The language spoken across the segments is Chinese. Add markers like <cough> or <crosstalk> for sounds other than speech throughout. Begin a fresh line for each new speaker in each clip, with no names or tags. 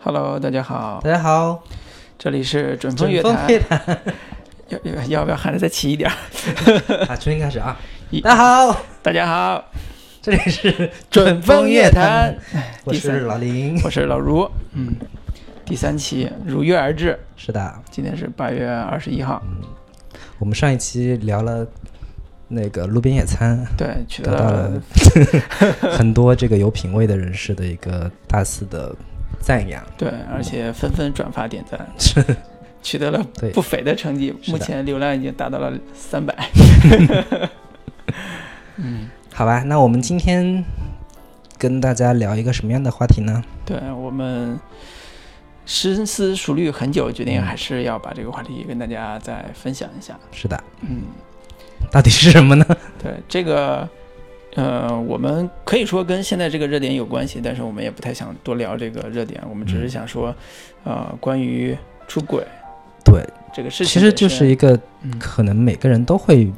Hello，大家好，
大家好，
这里是准风
准
乐
风
坛
乐。坛
要要要不要喊得再齐一点儿？ <laughs>
啊，重新开始啊
一！
大家好，
大家好，
这里是
准风乐坛，
我
第三
是老林。
我是老卢，嗯，第三期如约而至，
是的，
今天是八月二十一号，
我们上一期聊了那个路边野餐，
对，取得
得到了
了
很多这个有品位的人士的一个大肆的赞扬。
对，而且纷纷转发点赞，
是
取得了
对
不菲的成绩，
是的
目前浏览已经达到了三百。嗯，
好吧，那我们今天跟大家聊一个什么样的话题呢？
对我们深思熟虑很久，决定
嗯
还是要把这个话题跟大家再分享一下。
是的，
嗯，
到底是什么呢？
对这个，呃，我们可以说跟现在这个热点有关系，但是我们也不太想多聊这个热点，我们只
嗯
是想说，呃，关于出轨
对，
这个事情
其
本身，
实就是一个
嗯
可能每个人都会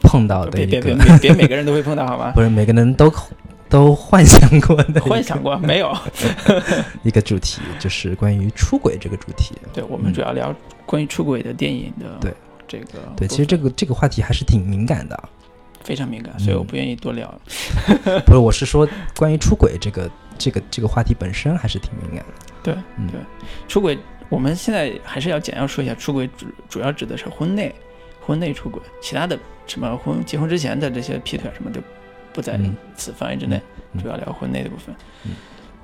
碰到的
别
一
别别
个，
别别每个人都会碰到好
<laughs>
吗？
不是每个人都都幻想过的一
幻
个
想
<laughs>
过没有？
一个主题，就是关于出轨这个主题。
对我们主要聊关于出轨的电影的
嗯对
这个
对，其实
部
这个这个话题还是挺敏感的
<laughs>
啊，
分非常敏感，所以我不愿意多聊。
不是，我是说关于出轨这个这个这个话题本身还是挺敏感的。
对
嗯
对，出轨我们现在还是要简要说一下，出轨主主要指的是婚内婚内出轨，其他的什么婚结婚之前的这些劈腿什么的，不在
嗯
此范围之内，
嗯
主要聊婚内的部分。
嗯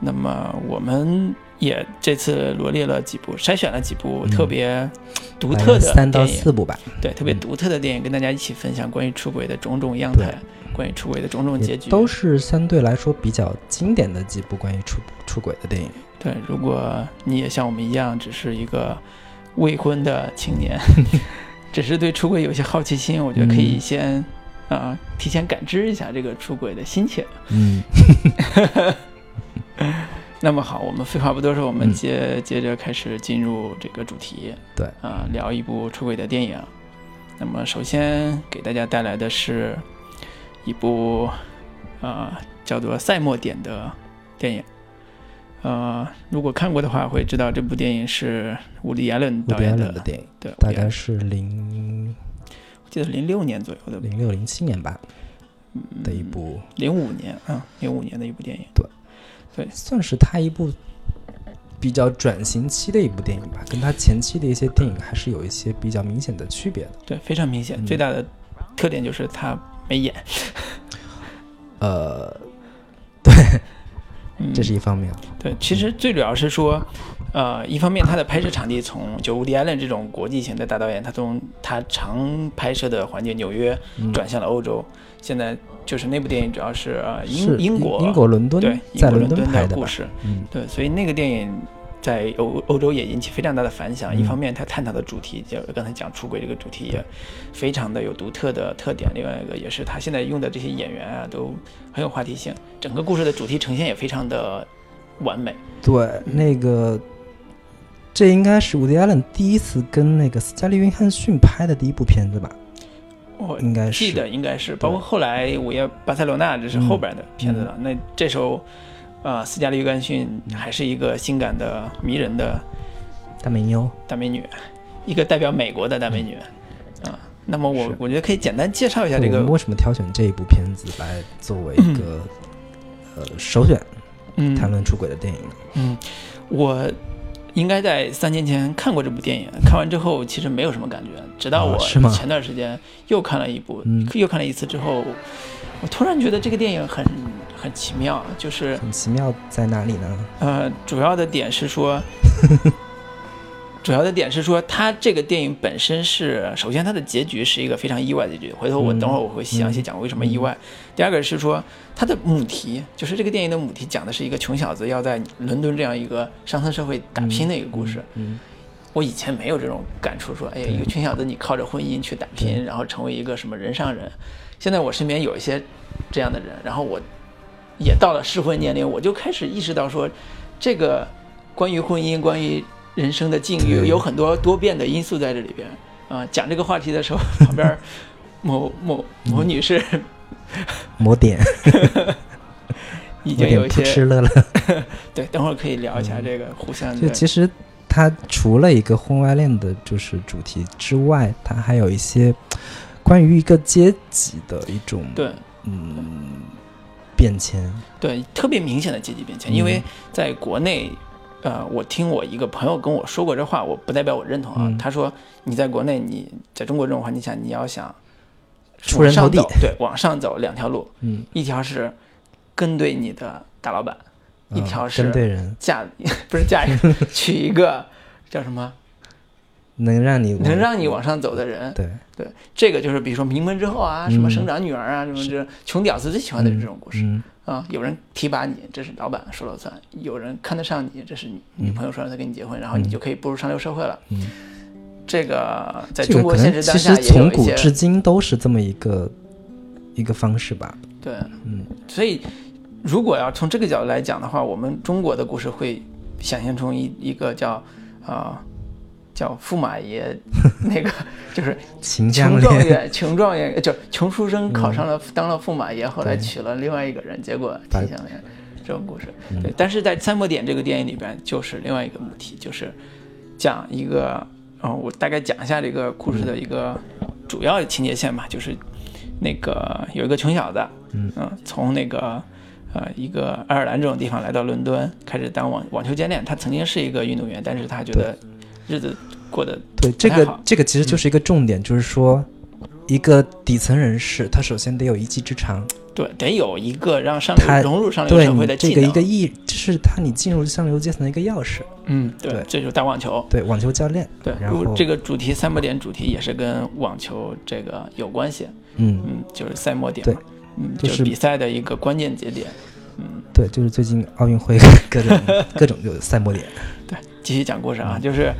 那么我们也这次罗列了几部，筛选了几部
嗯
特别独
反
特
正
的
三到
电影
四部吧，
对，特别
嗯
独特的电影，跟大家一起分享关于出轨的种种样态，关于出轨的种种结
也
局。
都是相对来说比较经典的几部关于出出轨的
<laughs>
电影。
对，如果你也像我们一样，只是一个未婚的青年，只是对出轨有一些好奇心，我觉得可以
嗯
先啊、提前感知一下这个出轨的心情。
嗯，
那么好，我们废话不多说，我们
嗯
接、接着开始进入这个主题。
对
啊、聊一部出轨的电影。那么首先给大家带来的是一部啊、叫做《赛末点》的电影。呃，如果看过的话，会知道这部电影是伍迪·艾伦
伍
导
迪·艾
演
伦的
的。
电影
对，伍
大
迪艾
概
伦
是零
我记得零六年左右的，
零六零七年吧
嗯
的一部，
零五年啊，零五年的一部电影。
算是他一部比较转型期的一部电影吧，跟他前期的一些电影还是有一些比较明显的区别的。
对，非常明显，
嗯
最大的特点就是他没演。
呃，
嗯、
这是一方面啊，
对，其实最主要是说，呃，一方面它的拍摄场地从就伍迪·艾伦这种国际型的大导演，他从他常拍摄的环境纽约
嗯
转向了欧洲，现在就是那部电影主要是呃英
是
英国
英国伦敦
对英
在
国伦
敦
敦
拍
的
的
故
吧？
事，
嗯，
对，所以那个电影。在欧欧洲也引起非常大的反响。一
嗯
方面，它探讨的主题，就刚才讲出轨这个主题也非常的有独特的特点；另外一个也是它现在用的这些演员啊，都很有话题性，整个故事的主题呈现也非常的完美。
对，那个这应该是伍迪·艾伦第一次跟那个斯嘉丽·约翰逊拍的第一部片子吧？
我
应该
记
是，嗯
得应该是，包括后来《午夜巴塞罗那》这是后边的片子了。那这时候，呃，斯嘉丽·约翰逊还是一个性感的、迷人的
大美妞。
大美女，一个代表美国的大美女啊。那么我
嗯是
我觉得可以简单介绍一下这
对我
个
们，为什么挑选这一部片子来作为一
<clears throat>
个、呃首选
嗯
谈论出轨的电影呢？
嗯，我应该在三年前看过这部电影，看完之后其实没有什么感觉，直到我
啊是吗
前段时间又看了一部，
嗯
又看了一次之后，我突然觉得这个电影很很奇妙，就是。
很奇妙在哪里呢？
呃，主要的点是说，主要的点是说，它这个电影本身是，首先它的结局是一个非常意外的结局。回头我
嗯
等会儿我会详细讲为什么意外。第二个是说，它的母题就是这个电影的母题讲的是一个穷小子要在伦敦这样一个上层社会打拼的一个故事。
嗯，
我以前没有这种感触，说，哎呀，
对
一个穷小子你靠着婚姻去打拼，然后成为一个什么人上人。现在我身边有一些这样的人，然后我也到了适婚年龄，我就开始意识到说，这个关于婚姻、关于人生的境遇
对
有很多多变的因素在这里边。啊、讲这个话题的时候， <laughs> 旁边儿
嗯
某某某女士
某点
<laughs> 已
有
经有
点
一
不
些
吃乐了。
对，等会儿可以聊一下这个互相
就
的
其实它除了一个婚外恋的，就是主题之外，它还有一些关于一个阶级的一种
对
嗯变迁。
对特别明显的阶级
嗯
变迁，因为在国内。呃，我听我一个朋友跟我说过这话，我不代表我认同啊。
嗯
他说你在国内，你在中国这种环境下，你要想
出人头地
往上走对，往上走两条路，
嗯，
一条是跟对你的大老板，一
嗯
条是
针对人，
嫁不是嫁一个 <laughs> 娶一个叫什么
能让你
能让你往上走的人，
对
对，这个就是比如说名门之后啊，什么
嗯
省长女儿啊，什么这穷屌丝最喜欢的这种故事
嗯
啊。有人提拔你，这是老板说了算；有人看得上你，这是女女朋友说了算跟你结婚，然后你就可以步入上流社会了。
嗯，
这个在
这
中
个
国
可
现
能
实当
其
下
实
也有
从
一
古
些
至今都是这么一个一个方式吧。
对，
嗯，
所以如果要从这个角度来讲的话，我们中国的故事会想象出一一个叫啊、叫驸马爷 <laughs> 那个就是
秦
穷
江
状
恋
元，穷状元就是穷书生考上了、当了驸马爷，后来娶了另外一个人，结果
嗯白嗯
秦香莲这种故事。对，但是在《三摩点》这个电影里边，就是另外一个母题，就是讲一个，呃，我大概讲一下这个故事
嗯
的一个主要的情节线吧，就是那个有一个穷小子，
嗯
从那个。呃，一个爱尔兰这种地方来到伦敦，开始当网网球教练。他曾经是一个运动员，但是他觉得日子过得
<laughs> 对，这
太
个
好嗯
这个其实就是一个重点，就是说，一个底层人士，他首先得有一技之长，
对，得有一个让上
他
流融入上流
对
社会
你
的
这
技
个
能。
一个意，就是他你进入上流阶层的一个钥匙。
嗯，对，
对
这就是打网球。
对，网球教练，
对，
然
如
后
这个主题三摩点主题也是跟网球这个有关系。
嗯，
嗯，就是赛摩点
对
嘛。嗯，
就
就是是比赛的一个关键节点。嗯，
对，就是最近奥
<laughs>
运会各种各种有赛博点，
继续讲故事
嗯
啊，就是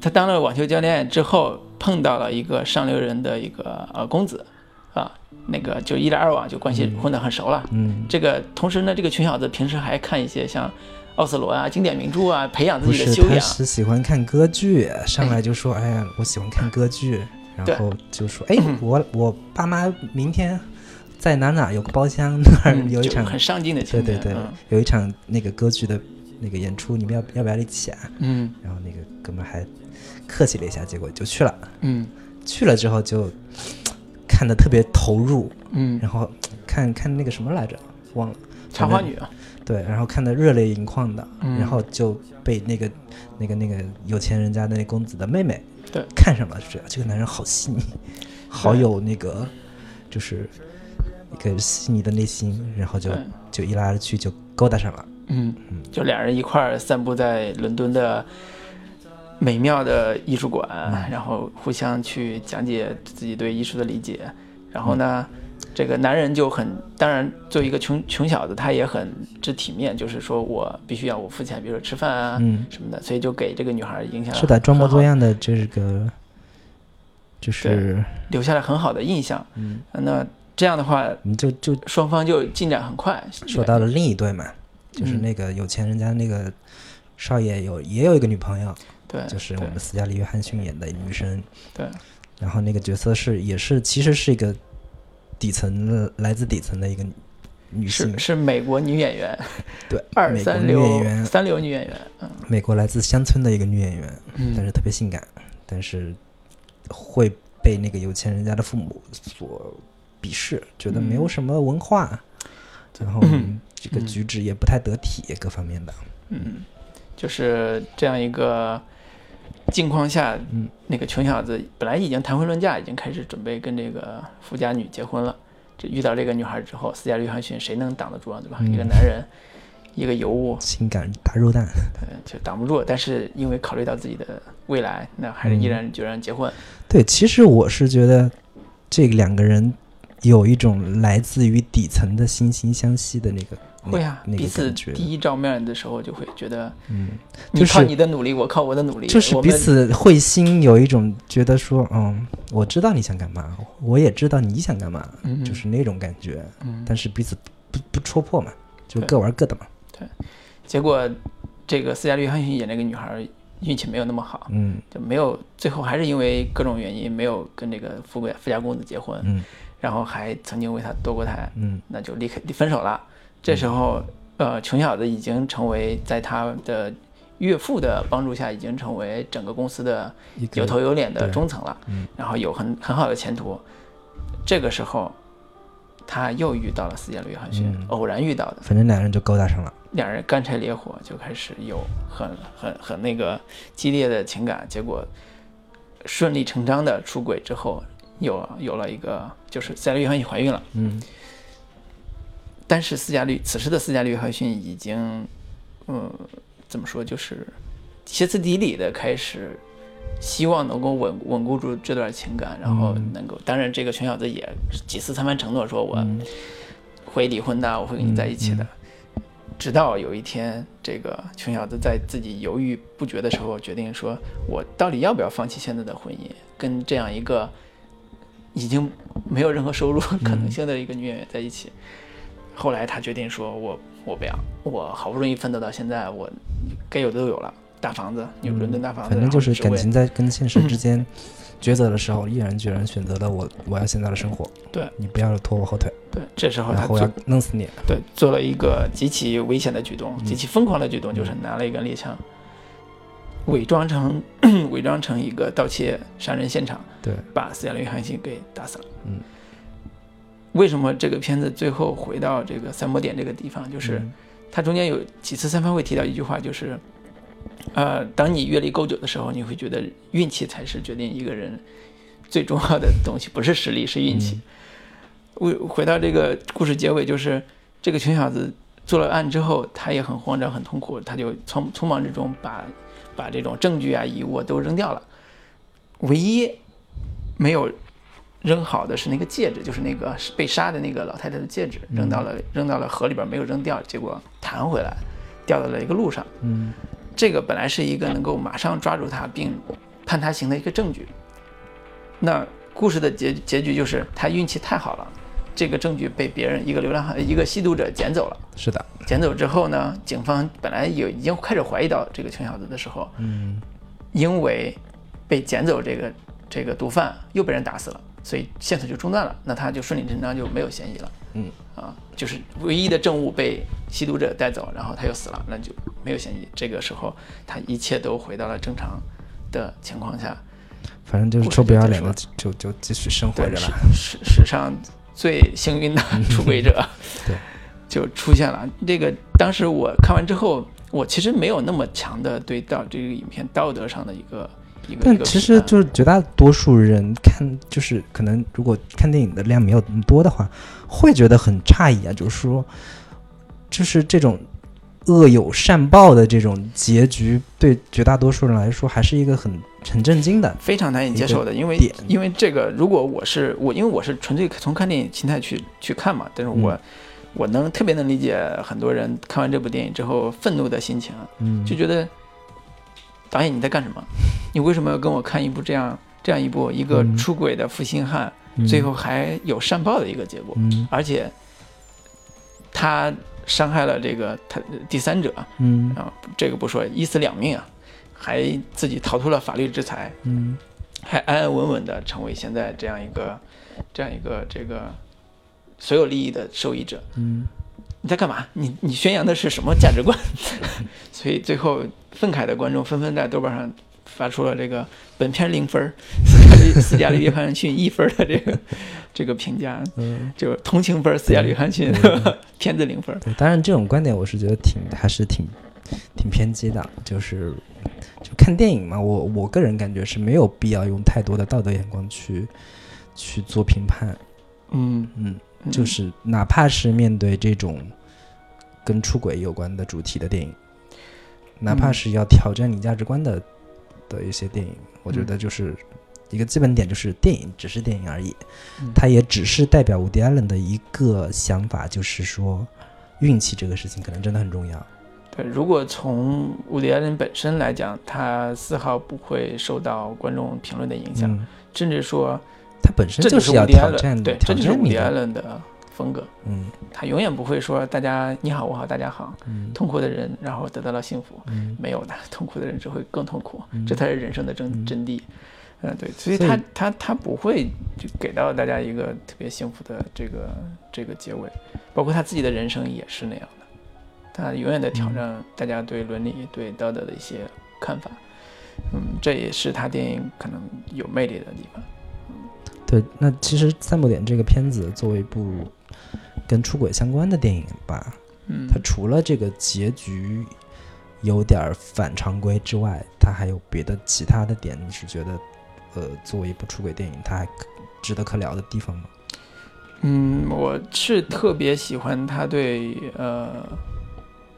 他当了网球教练之后，碰到了一个上流人的一个呃公子，啊，那个就一来二往就关系混得很熟了。
嗯，
这个同时呢，这个穷小子平时还看一些像奥斯罗啊、经典名著啊，培养自
不
己
是
的修
他
养。
是喜欢看歌剧，上来就说，哎呀，我喜欢看歌剧，
对嗯
然后就说，哎，
<laughs>
我我爸妈明天在哪哪有个包厢，那儿
嗯
有一
就
场
很上进的青
对
年，
对对
嗯，
有一场那个歌剧的那个演出，你们要要不要一起啊？
嗯
然后那个哥们儿还客气了一下，结果就去了。
嗯
去了之后就看的特别投入，
嗯，
然后看看那个什么来着，忘了。
茶花女啊，
对，然后看的热泪盈眶的，
嗯
然后就被那个那个那个有钱人家的那公子的妹妹
对
看上了，就觉得这个男人好细腻，好有那个就是一个细腻的内心，然后就
对，
就一来二去就勾搭上了。
嗯，就俩人一块儿散步在伦敦的美妙的艺术馆，
嗯
然后互相去讲解自己对艺术的理解，然
嗯
后呢。这个男人就很，当然作为一个穷穷小子，他也很知体面，就是说我必须要我付钱，比如说吃饭啊、
嗯，
什么的，所以就给这个女孩影响
是的，装模作
样。
样的这个就是
留下了很好的印象。
嗯，
那这样的话，
我们就就
双方就进展很快。
说到了另一对嘛，就是
嗯
那个有钱人家那个少爷有也有一个女朋友，
对，
就是我
哎对
们斯嘉丽·约翰逊演的女生。
对。
然后那个角色是也是其实是一个底层的来自底层的一个女女性
是，是美国女演员，
对，
二
美国
三
女
流
演员，
三流女演员。嗯
美国来自乡村的一个女演员，但
嗯
是特别性感，但是会被那个有钱人家的父母所鄙视，觉得没有
嗯
什么文化，然后
嗯
这个
嗯
举止也不太得体，各方面的。
嗯，就是这样一个境况下，
嗯
那个穷小子本来已经谈婚论嫁，已经开始准备跟这个富家女结婚了。这遇到这个女孩之后，斯嘉丽·约翰逊谁能挡得住啊？对吧？
嗯
一个男人，一个尤物，
性感大肉蛋，
对，就挡不住。但是因为考虑到自己的未来，那还是
嗯
毅然决然结婚。
对，其实我是觉得这两个人有一种来自于底层的惺惺相惜的那个，那
会啊，
那个
彼此
感觉
第一照面的时候就会觉得，
嗯，
你
就是
靠你的努力，我靠我的努力，
就是
我
彼
们
此会心有一种觉得说，嗯，我知道你想干嘛，我也知道你想干嘛，
嗯
就是那种感觉，
嗯，
但是彼此不不戳破嘛，就
对
各玩各的嘛，
结果这个斯嘉丽·约翰逊演那个女孩运气没有那么好，
嗯
就没有最后还是因为各种原因没有跟这个富贵富家公子结婚，
嗯
然后还曾经为他堕过胎，
嗯，
那就离开分手了。这时候呃，穷小子已经成为在他的岳父的帮助下，已经成为整个公司的
一个
有头有脸的
对
中层了，
嗯
然后有很很好的前途。这个时候，他又遇到了斯嘉丽·约翰逊，
嗯
偶然遇到的，
反正两人就勾搭上了。
两人干柴烈火，就开始有很很很那个激烈的情感，结果顺理成章的出轨之后，有有了一个就是斯嘉丽·约翰逊怀孕了，
嗯，
但是斯嘉丽此时的斯嘉丽·约翰逊已经，嗯，怎么说就是歇斯底里的开始。希望能够稳稳固住这段情感，然后
嗯
能够，当然这个穷小子也几次三番承诺说，我
嗯
会离婚的，我会跟你在一起的。直到有一天，这个穷小子在自己犹豫不决的时候，决定说：“我到底要不要放弃现在的婚姻，跟这样一个已经没有任何
<laughs>
收入可能性的一个女演员在一起？”后来他决定说：“我我不要，我好不容易奋斗到现在，我该有的都有了，大房子，有伦敦大房子，
嗯反正就是
啊然后职
感
位
情在跟现
嗯
实之间抉择的时候，毅然决然选择了我我要现在的生活，
对
你不要拖我后腿，
对。”这时候
然
他
后我
做
要弄死你。
对，做了一个极其危险的举动，
嗯
极其疯狂的举动，就是拿了一根猎枪，伪装成 <clears throat> 伪装成一个盗窃杀人现场，
对，
把斯嘉丽·约翰逊给打死了。
嗯，
为什么这个片子最后回到这个三摩点这个地方，就是、
嗯
它中间有几次三番会提到一句话，就是，呃，当你阅历够久的时候，你会觉得运气才是决定一个人最重要的东西，不是实力，是运气。回、回到这个故事结尾，就是这个穷小子做了案之后，他也很慌张，很痛苦，他就匆匆忙之中把把这种证据啊、遗物啊都扔掉了，唯一没有。扔好的是那个戒指，就是那个被杀的那个老太太的戒指，扔到了扔到了河里边，没有扔掉，结果弹回来，掉到了一个路上。
嗯
这个本来是一个能够马上抓住他并判他刑的一个证据。那故事的结结局就是他运气太好了，这个证据被别人一个流浪汉一个吸毒者捡走了。
是的，
捡走之后呢，警方本来有已经开始怀疑到这个穷小子的时候，
嗯
因为被捡走这个这个毒贩又被人打死了，所以线索就中断了。那他就顺理成章就没有嫌疑了。
嗯
啊，就是唯一的证物被吸毒者带走，然后他又死了，那就没有嫌疑。这个时候，他一切都回到了正常的情况下。
反正就是
故事
臭不
就
要
结
脸
束
的
了
就就继续生活
对，
着
史
了。
史史上最幸运
<laughs>
的出轨者，
对，
就出现了。这个当时我看完之后，我其实没有那么强的对到这个影片道德上的一个一个。一
但
个
其
批
实
判
就是绝大多数人看，就是可能如果看电影的量没有那么多的话，会觉得很诧异啊，就是说，就是这种恶有善报的这种结局，对绝大多数人来说还是一个很很震惊的。
非常难以接受的，因为
点
因为这个，如果我是我，因为我是纯粹从看电影心态去去看嘛，但是我、
嗯
我能特别能理解很多人看完这部电影之后愤怒的心情，
嗯
就觉得导演你在干
<laughs>
什么？你为什么要跟我看一部这样这样一部一个
嗯
出轨的负心汉，最后，还有善报的一个结果，
嗯
而且他伤害了这个他第三者，
嗯
啊，这个不说，一死两命啊，还自己逃脱了法律制裁。
嗯
还安安稳稳的成为现在这样一个这样一个这个所有利益的受益者。
嗯
你在干嘛？你你宣扬的是什么价值观？ <laughs> 所以最后愤慨的观众纷纷在豆瓣上发出了这个本片零分儿，斯嘉丽斯嘉丽约翰逊一分儿的这个这个评价，
嗯，
就是同情分儿，斯嘉丽约翰逊 <laughs> 片子零分儿。
对，当然这种观点我是觉得挺还是挺挺偏激的，就是就看电影嘛，我我个人感觉是没有必要用太多的道德眼光去去做评判。
嗯，
嗯，
嗯
就是哪怕是面对这种跟出轨有关的主题的电影，哪怕
嗯
是要挑战你价值观的的一些电影，我觉
嗯
得就是一个基本点，就是电影只是电影而已，
嗯
它也只是代表伍迪·艾伦的一个想法，就是说运气这个事情可能真的很重要。
对，如果从伍迪·艾伦本身来讲，他丝毫不会受到观众评论的影响，
嗯，
甚至说。
它本身
这
就是是
伍
要
迪艾
挑
伦
战，
对，这
挑
就是
战
伍
你
迪·艾
的。
伦的风格，
嗯
他永远不会说大家你好我好大家好，
嗯
痛苦的人然后得到了幸福，
嗯，
没有的，痛苦的人只会更痛苦，
嗯
这才是人生的真
嗯
真谛。嗯，对，所以
所以
他他他不会就给到大家一个特别幸福的这个这个结尾，包括他自己的人生也是那样的。它永远在
嗯
挑战大家对伦理、对道德的一些看法。嗯，这也是他电影可能有魅力的地方。
对，那其实《三步点》这个片子作为一部跟出轨相关的电影吧，
嗯，
它除了这个结局有点儿反常规之外，它还有别的其他的点，你是觉得呃，作为一部出轨电影，它还可值得可聊的地方吗？
嗯，我是特别喜欢他对呃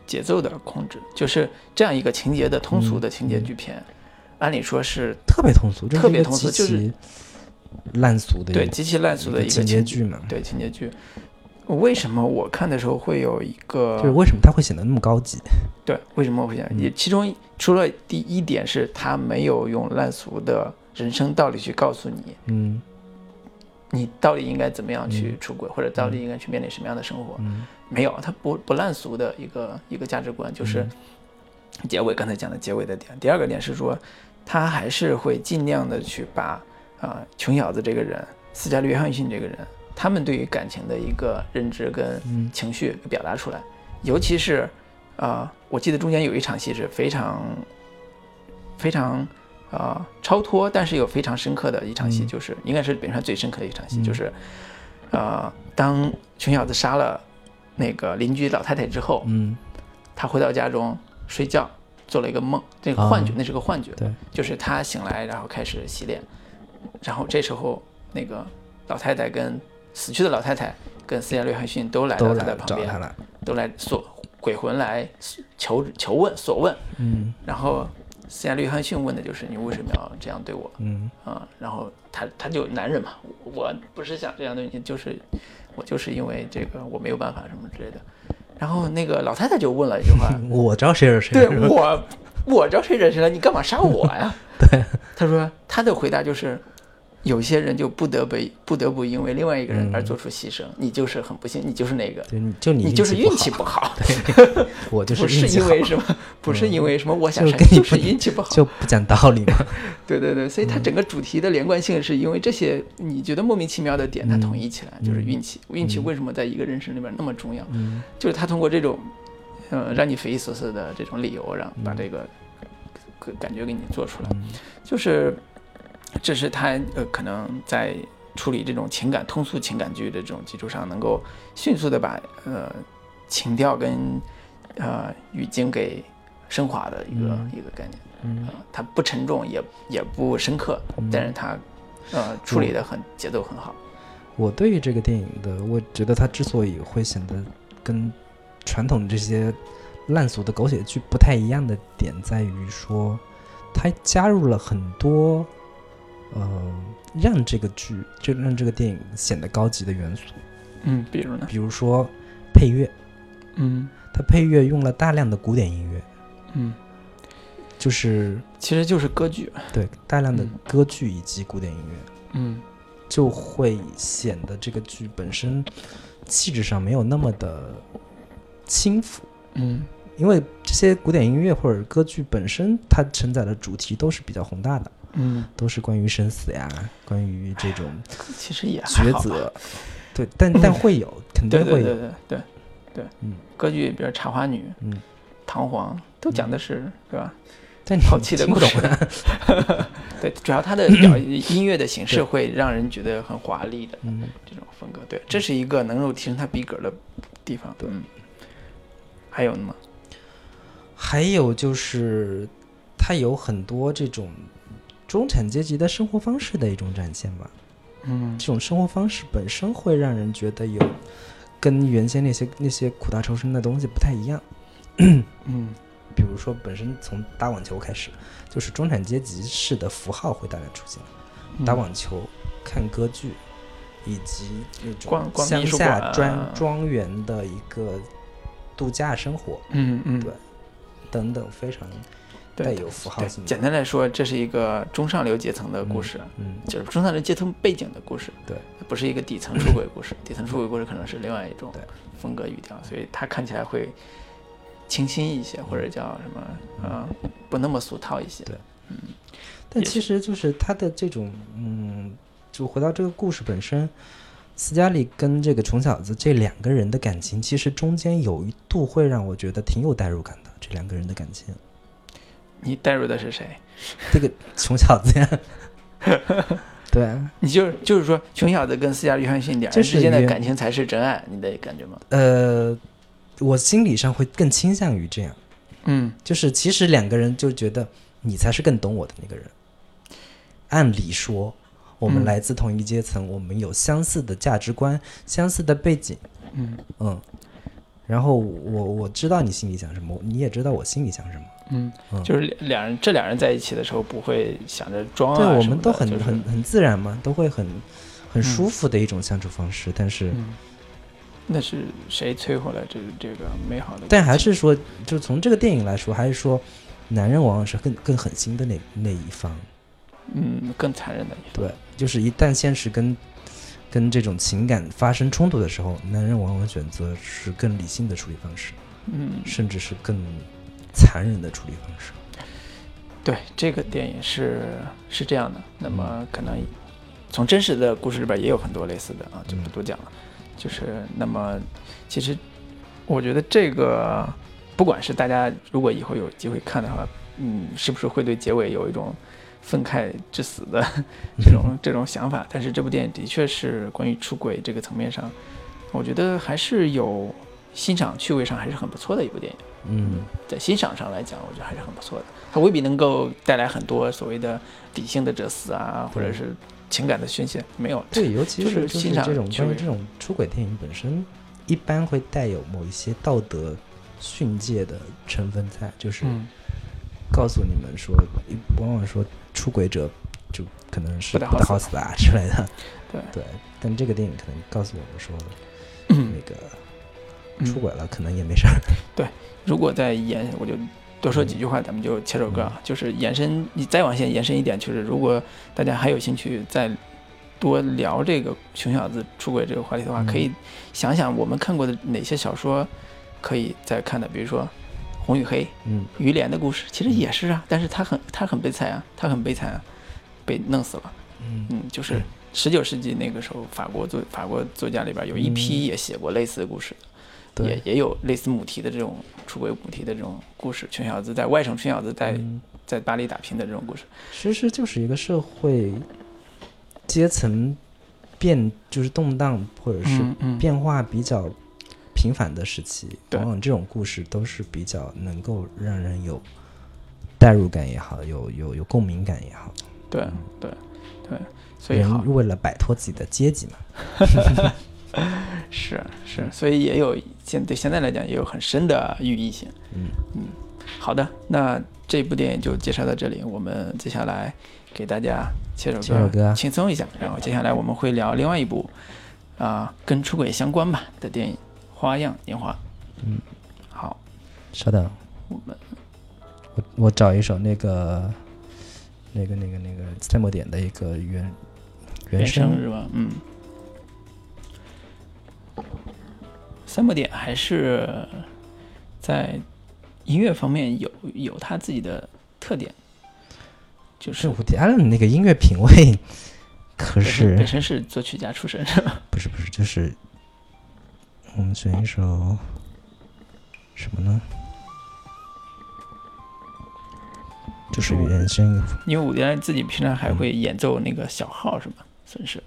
节奏的控制，就是这样一个情节的通俗
嗯
的情节剧片，按理说是
特别通俗，这
特
是一
别
个
通俗
极
就是
其烂俗的一
对
个
极其烂俗的一个
情节剧嘛。
对情节剧。为什么我看的时候会有一个
就是为什么它会显得那么高级？
对，为什么会这样？
嗯
也其中除了第一点是他没有用烂俗的人生道理去告诉你，
嗯
你到底应该怎么样去
嗯
出轨，或者到底应该去面对什么样的生活，
嗯，
没有，他不不烂俗的一个一个价值观，就是
嗯
结尾刚才讲的结尾的点。第二个点是说，他还是会尽量的去把啊、呃穷小子这个人，斯嘉丽·约翰逊这个人，他们对于感情的一个认知跟
嗯
情绪给表达出来，尤其是啊、呃我记得中间有一场戏是非常非常啊、呃超脱，但是又非常深刻的一场戏，
嗯
就是应该是本片最深刻的一场戏，
嗯
就是呃当穷小子杀了那个邻居老太太之后，
嗯
他回到家中睡觉，做了一个梦，这个幻觉，
啊
那是个幻觉，
对，
就是他醒来，然后开始洗脸，然后这时候那个老太太跟死去的老太太跟斯嘉丽·约翰逊都来
都
到他
来
的旁
找
边
他，了，
都来索鬼魂来求求问索问，
嗯
然后斯嘉丽·约翰逊问的就是你为什么要这样对我
嗯
啊、然后他他就男人嘛，我我不是想这样对你，就是我就是因为这个我没有办法什么之类的。然后那个老太太就问了一句话， <laughs>
我知道谁是谁，
对我，我知道谁惹谁了，你干嘛杀我呀？ <laughs> 对，他说他的回答就是，有些人就不得不不得不因为另外一个人而做出牺牲，你就是很不幸，你就是那个，
对，你就你
嗯你就是运
不
气不好，
好，我就
不
运气
因
好，
为什么，
<laughs>
不是因为什么我想
嗯就
杀
跟
你，
你
就是
不
运气不好，
就嗯不讲道理嘛。
对对对，所以它整个主题的连贯性是因为这些你觉得莫名其妙的点，它
嗯
统一起来就是运气。运气为什么在一个人生里面那么重要？
嗯
就是它通过这种，呃，让你匪夷所思的这种理由，让把这个个感觉给你做出来。就是这是他呃可能在处理这种情感通俗情感剧的这种基础上，能够迅速的把呃情调跟呃语境给升华的一个、
嗯
一个概念。
嗯
啊，它不沉重也也不深刻，但是它呃处理的很节奏很好。
我对于这个电影的，我觉得它之所以会显得跟传统这些烂俗的狗血剧不太一样的点，在于说它加入了很多，呃，让这个剧就让这个电影显得高级的元素，
嗯，比如呢？
比如说配乐，
嗯
它配乐用了大量的古典音乐，
嗯，
就是
其实就是歌剧。
对大量的
嗯
歌剧以及古典音乐。
嗯
就会显得这个剧本身气质上没有那么的轻浮，
嗯
因为这些古典音乐或者歌剧本身，它承载的主题都是比较宏大的，
嗯，
都是关于生死呀， <laughs> 关于这种
其实也还
抉
好吧。
择，对，但但会
<laughs>
有，肯定
对对
会
对
有，
对对对，
嗯，
歌剧比如《茶花女》
嗯，
唐璜》都讲的是对吧？
但你
抛弃的
听
故
不
事
懂的，。
<laughs> 对，主要它的
<laughs>
表音乐的形式会让人觉得很华丽的
嗯，
这种风格。对，这是一个能够提升它逼格的地方。
对
嗯，还有呢吗？
还有就是它有很多这种中产阶级的生活方式的一种展现吧，
嗯
这种生活方式本身会让人觉得有跟原先那些那些苦大仇深的东西不太一样。
嗯
比如说，本身从打网球开始，就是中产阶级式的符号会大量出现，
嗯
打网球、看歌剧，以及那
逛
种
逛
乡
艺术
下
馆啊
庄庄园的一个度假生活
嗯嗯，
对等等，非常
对
带有符号
对
性的。
简单来说，这是一个中上流阶层的故事，
嗯，
就是中上流阶层背景的故事，
对，
不是一个底层出轨故事。 <coughs> 底层出轨故事可能是另外一种
对
风格语调，所以它看起来会清新一些，或者叫什么呃，不那么俗套一些。
嗯对但
也
其实就是他的这种，嗯，就回到这个故事本身，斯嘉丽跟这个穷小子这两个人的感情，其实中间有一度会让我觉得挺有代入感的，这两个人的感情。
你带入的是谁？
这个穷小子
<laughs>
呀，对啊，
你就是就是说，穷小子跟斯嘉丽·约翰逊两
这
人
是
之间
一
的
个
感情才是真爱，你的感觉吗？
呃，我心理上会更倾向于这样，
嗯，
就是其实两个人就觉得你才是更懂我的那个人。按理说，我们
嗯
来自同一阶层，我们有相似的价值观、相似的背景，
嗯
嗯。然后我我知道你心里想什么，你也知道我心里想什么。
嗯
嗯，
就是两两人这两人在一起的时候，不会想着装啊
对，我
什么
们
的
都很、
就是
很很自然嘛，都会很
嗯
很舒服的一种相处方式。但是，
嗯，那是谁摧毁了这这个美好的？
但还是说，就从这个电影来说，还是说，男人往往是更更狠心的那那一方。
嗯更残忍的一
对，就是一旦现实跟跟这种情感发生冲突的时候，男人往往选择是更理性的处理方式，
嗯，
甚至是更残忍的处理方式。
对，这个电影是是这样的。那么可能从真实的故事里边也有很多类似的啊，就不多讲了。就是那么，其实我觉得这个，不管是大家如果以后有机会看的话，嗯，是不是会对结尾有一种愤慨至死的 <laughs> 这种这种想法？但是这部电影的确是关于出轨这个层面上，我觉得还是有欣赏趣味上还是很不错的一部电影。
嗯，
在欣赏上来讲，我觉得还是很不错的。它未必能够带来很多所谓的理性的哲思啊，或者是情感的宣泄，没有。
对，尤其
就是是
就是
欣赏
这种
趣
关于
味
这种出轨电影本身，一般会带有某一些道德训诫的成分在，就是
嗯，
告诉你们说，往往说出轨者就可能是
不
不
太
太
好
好死啊之类的。
<laughs> 对
对，但这个电影可能告诉我们说，那
嗯
个
嗯
出轨了可能也没
<laughs>
事儿。
如果再延，我就多说几句话，咱们就切首歌啊。就是延伸，你再往下延伸一点，就是如果大家还有兴趣再多聊这个熊小子出轨这个话题的话，
嗯
可以想想我们看过的哪些小说可以再看的，比如说《红与黑》。
嗯
于连的故事其实也是啊，但是他很他很悲惨啊，他很悲惨啊，被弄死了。
嗯
嗯，就是十九世纪那个时候，法国作法国作家里边有一批也写过类似的故事，也
嗯对，
也有类似母题的这种出轨母题的这种故事。穷小子在外省，穷小子在
嗯
在巴黎打拼的这种故事。
其实就是一个社会阶层变就是动荡或者是
嗯
变化比较频繁的时期，
对
往往这种故事都是比较能够让人有代入感也好，有有有共鸣感也好。
对
嗯
对对，所以
人
好
为了摆脱自己的阶级嘛，
是是，所以也有现对现在来讲也有很深的寓意性。
嗯
好的，那这部电影就介绍到这里。我们接下来给大家切首
切首歌
轻松一下。然后接下来我们会聊另外一部啊、跟出轨相关吧的电影《花样年华》。
嗯，
好，
稍等，
我们
我我找一首那个那个那个那个赛末点的一个原原
原声
声，
是吧？嗯。三木点还是在音乐方面有有他自己的特点，就是
是伍迪·艾伦啊那个音乐品味，可
本身
是
本身是作曲家出身，是吧？
不是不是就是我们选一首什么呢？就是原声乐，
因为伍迪艾伦自己平常还会
嗯
演奏那个小号，是吧？算是。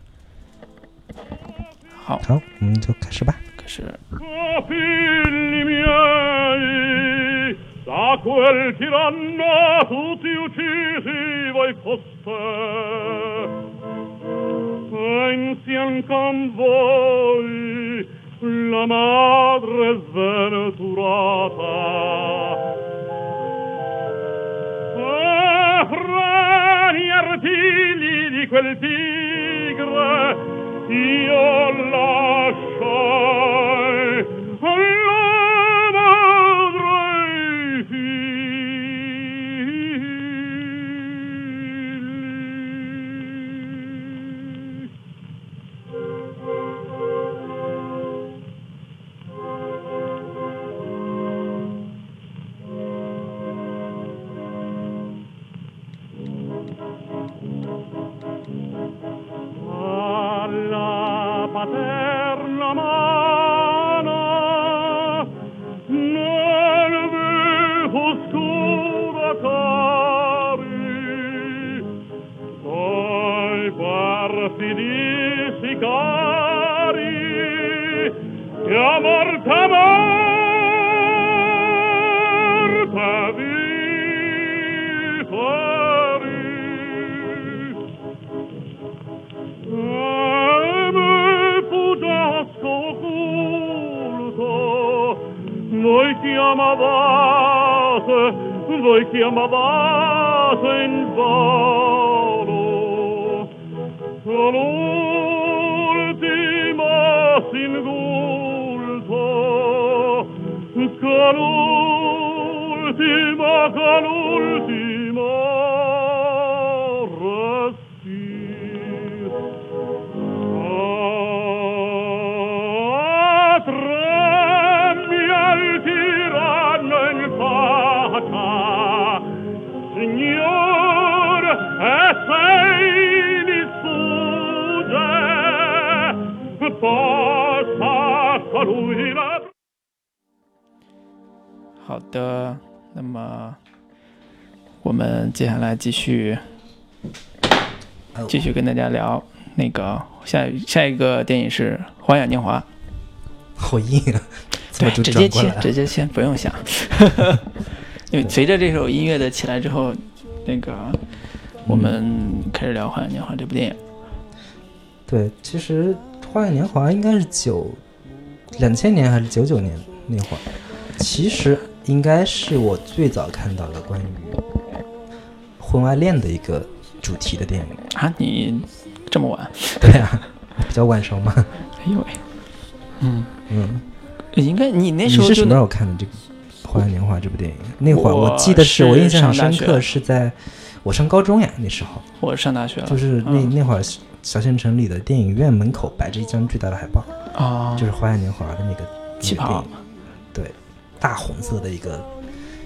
好，
好，我们就开始吧。
可是，
Figli miei, da quel tiranno tutti uccisi voi foste. Pensian con voi la madre sventurata. Oh, frani artigli di quel tigre io lasciai alla madre i figli. alla patria per la mano nel buio oscuro cari poi parti di sicari e a morta morta vi pari Eme fuggiasco occulto, voi chiamavate, voi chiamavate in vano. L'ultima s'ingulto, con l'ultima, con l'ultima respiro. Ah, tremia il tiranno in faccia, Signor, e sei distrugge, possa colui la
好的，那么我们接下来继续
哦
继续跟大家聊那个下一下一个电影是《花样年华》，
好硬啊！怎
对
么，就
直接
转过
切
来，了？
直接切，不
<laughs>
用想。因为随着这首音乐的起来之后，那个
嗯
我们开始聊《花样年华》这部电影。
对，其实《花样年华》应该是九两千年还是九九年那会儿，其实应该是我最早看到的关于婚外恋的一个主题的电影。
啊，你这么晚？
对啊，比较晚熟嘛。
哎呦喂， <laughs> 嗯，
嗯，
呃应该你那
你
时候
是
就
什么时候看的这个《花样年华》这部电影？那会儿
我
我记得是
是
我印象很深
上大
刻
学
是在我上高中呀，那时候
我上大学了，
就是那、
嗯
那会儿小县城里的电影院门口摆着一张巨大的海报，
哦，
就是《花样年华》的那个
旗
那个电
袍
影。对，大红色的一个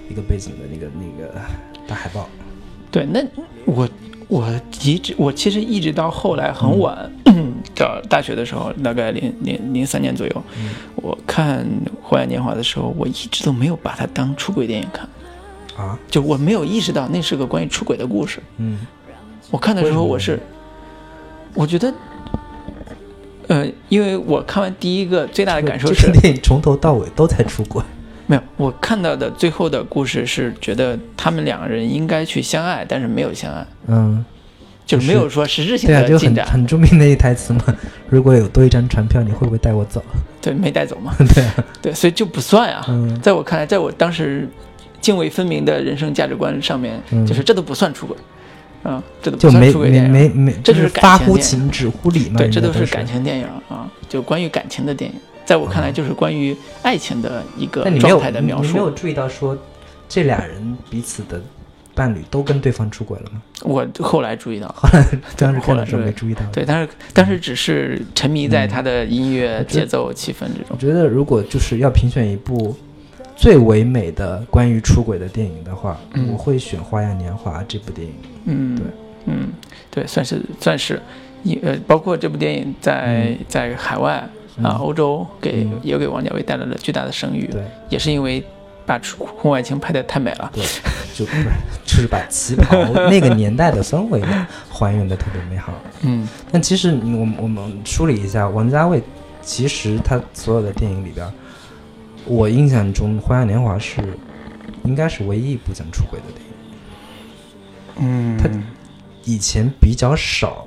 一个背景的那个那个大海报。
对，那我我一直我其实一直到后来
嗯
很晚，到大学的时候，大概零零零三年左右，
嗯
我看《花样年华》的时候，我一直都没有把它当出轨电影看，
啊，
就我没有意识到那是个关于出轨的故事。
嗯，
我看的时候，我
为什么
是我觉得，呃，因为我看完第一个最大的感受
这
是嗯
个，电影从头到尾都在出
<laughs>
轨。
没有，我看到的最后的故事是觉得他们两个人应该去相爱，但是没有相爱，
嗯，
就是没
就是
有说实质性
对啊，
的
就
进
很
展。
很著名的一台词嘛。 <laughs> 如果有多一张船票，你会不会带我走？ <laughs>
对，没带走嘛。
对啊，
对，所以就不算啊。
嗯
在我看来，在我当时泾渭分明的人生价值观上面，
嗯
就是这都不算出轨，啊、这都不
就
算
没
出轨
没
电影。
没没，
啊这
就
就是是
发
感情
乎
电影
情止乎
<laughs>
礼嘛。
对，
人
这
家
都
都
是感。情电影啊，就关于感情的电影，在我看来就是关于爱情的一个
嗯那你没
状
有
态的
你
描
你没有
述。
注意到说这俩人彼此的伴侣都跟对方出轨了吗？
我后来注意到，
当时看的时候
后来
没注意到。
对，但是但是只是沉迷在他的音乐
嗯
节奏、气氛这
我
种。
觉得如果就是要评选一部最唯美的关于出轨的电影的话，
嗯
我会选《花样年华》这部电影。
嗯，
对，
嗯，对，算是算是，一呃，包括这部电影在、
嗯
在海外
嗯
啊，欧洲给、
嗯
也给王家卫带来了巨大的声誉，
对
也是因为把出婚外情拍得太美了。
对，就不是就是把旗袍那个年代的氛围还原的特别美好。
嗯
但其实你我们我们梳理一下，王家卫其实他所有的电影里边儿，我印象中《花样年华》是应该是唯一一部讲出轨的电影。
嗯
他以前比较少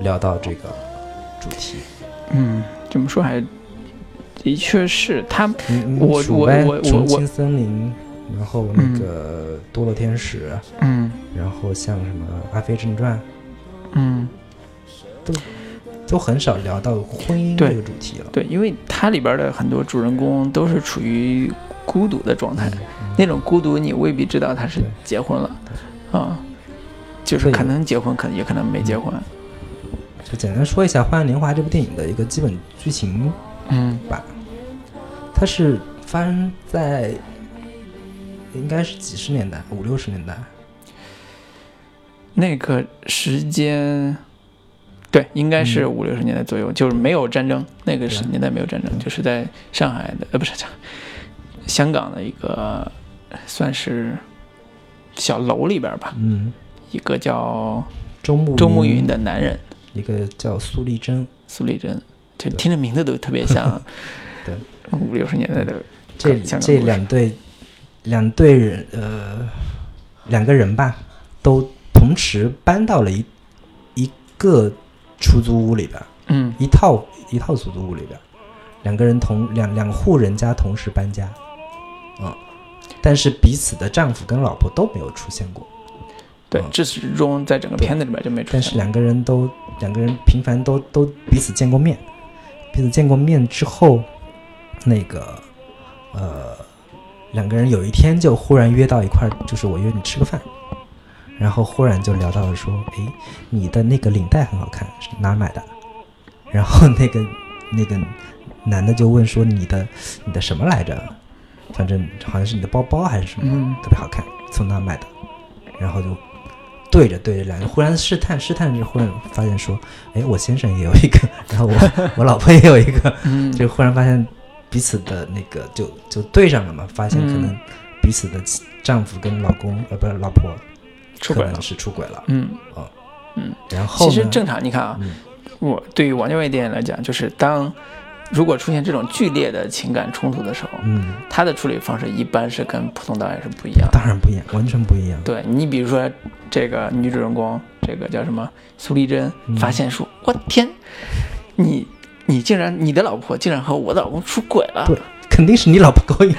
聊到这个主题。
嗯，怎么说还的确是他，
嗯
我
鼠
我
歪
我我
重
我
庆森林，然后那个堕落天使，
嗯
然后像什么《阿飞正传
嗯，》，
都很少聊到婚姻
对
这个主题了。
对，因为它里边的很多主人公都是处于孤独的状态，那种孤独你未必知道他是
嗯对
结婚了，啊、就是
对
可能结婚，可能也可能没结婚，
就简单说一下《花样年华》这部电影的一个基本剧情
嗯
吧。它是发生在应该是几十年代，五六十年代。
那个时间对，应该
嗯
是五六十年代左右，就是没有战争，那个时年代没有战争，就是在上海的，呃，不是上香港的一个呃算是小楼里边吧，
嗯，
一个叫
周慕
周慕云的男人
一个叫苏丽珍，
苏丽珍，就听着名字都特别像
<laughs> 对
五六十年代的
这
香港
这
故事
两对两对人呃两个人吧，都同时搬到了一一个出租屋里边儿，
嗯
一套一套出租屋里边儿，两个人同两两户人家同时搬家，嗯，但是彼此的丈夫跟老婆都没有出现过，
对
嗯，
至始至终在整个片子里边就没出
但是
现。
两个人都两个人频繁都都彼此见过面，彼此见过面之后，那个呃，两个人有一天就忽然约到一块儿，就是我约你吃个饭，然后忽然就聊到了说，诶，你的那个领带很好看，是哪儿买的？然后那个那个男的就问说你的你的什么来着？反正好像是你的包包还是什么，
嗯
特别好看，从哪儿买的？然后就对着对着两人，忽然试探试探着，忽然发现说，哎，我先生也有一个， <laughs> 然后我我老婆也有一个，
嗯，
就忽然发现彼此的那个就就对上了嘛，发现可能
嗯
彼此的妻丈夫跟老公呃不是老婆
出轨
可
了
能。是出轨了，
嗯
哦
嗯，
然后
其实
呢
正常，你看啊，
嗯
我对于王家卫电影来讲，就是当如果出现这种剧烈的情感冲突的时候，
嗯，
他的处理方式一般是跟普通导演是不一样的。
当然不一样，完全不一样，
对你比如说这个女主人公，这个叫什么苏丽珍
嗯，
发现说，我天，你你竟然你的老婆竟然和我的老公出轨了，
对，肯定是你老婆勾
<laughs>
引，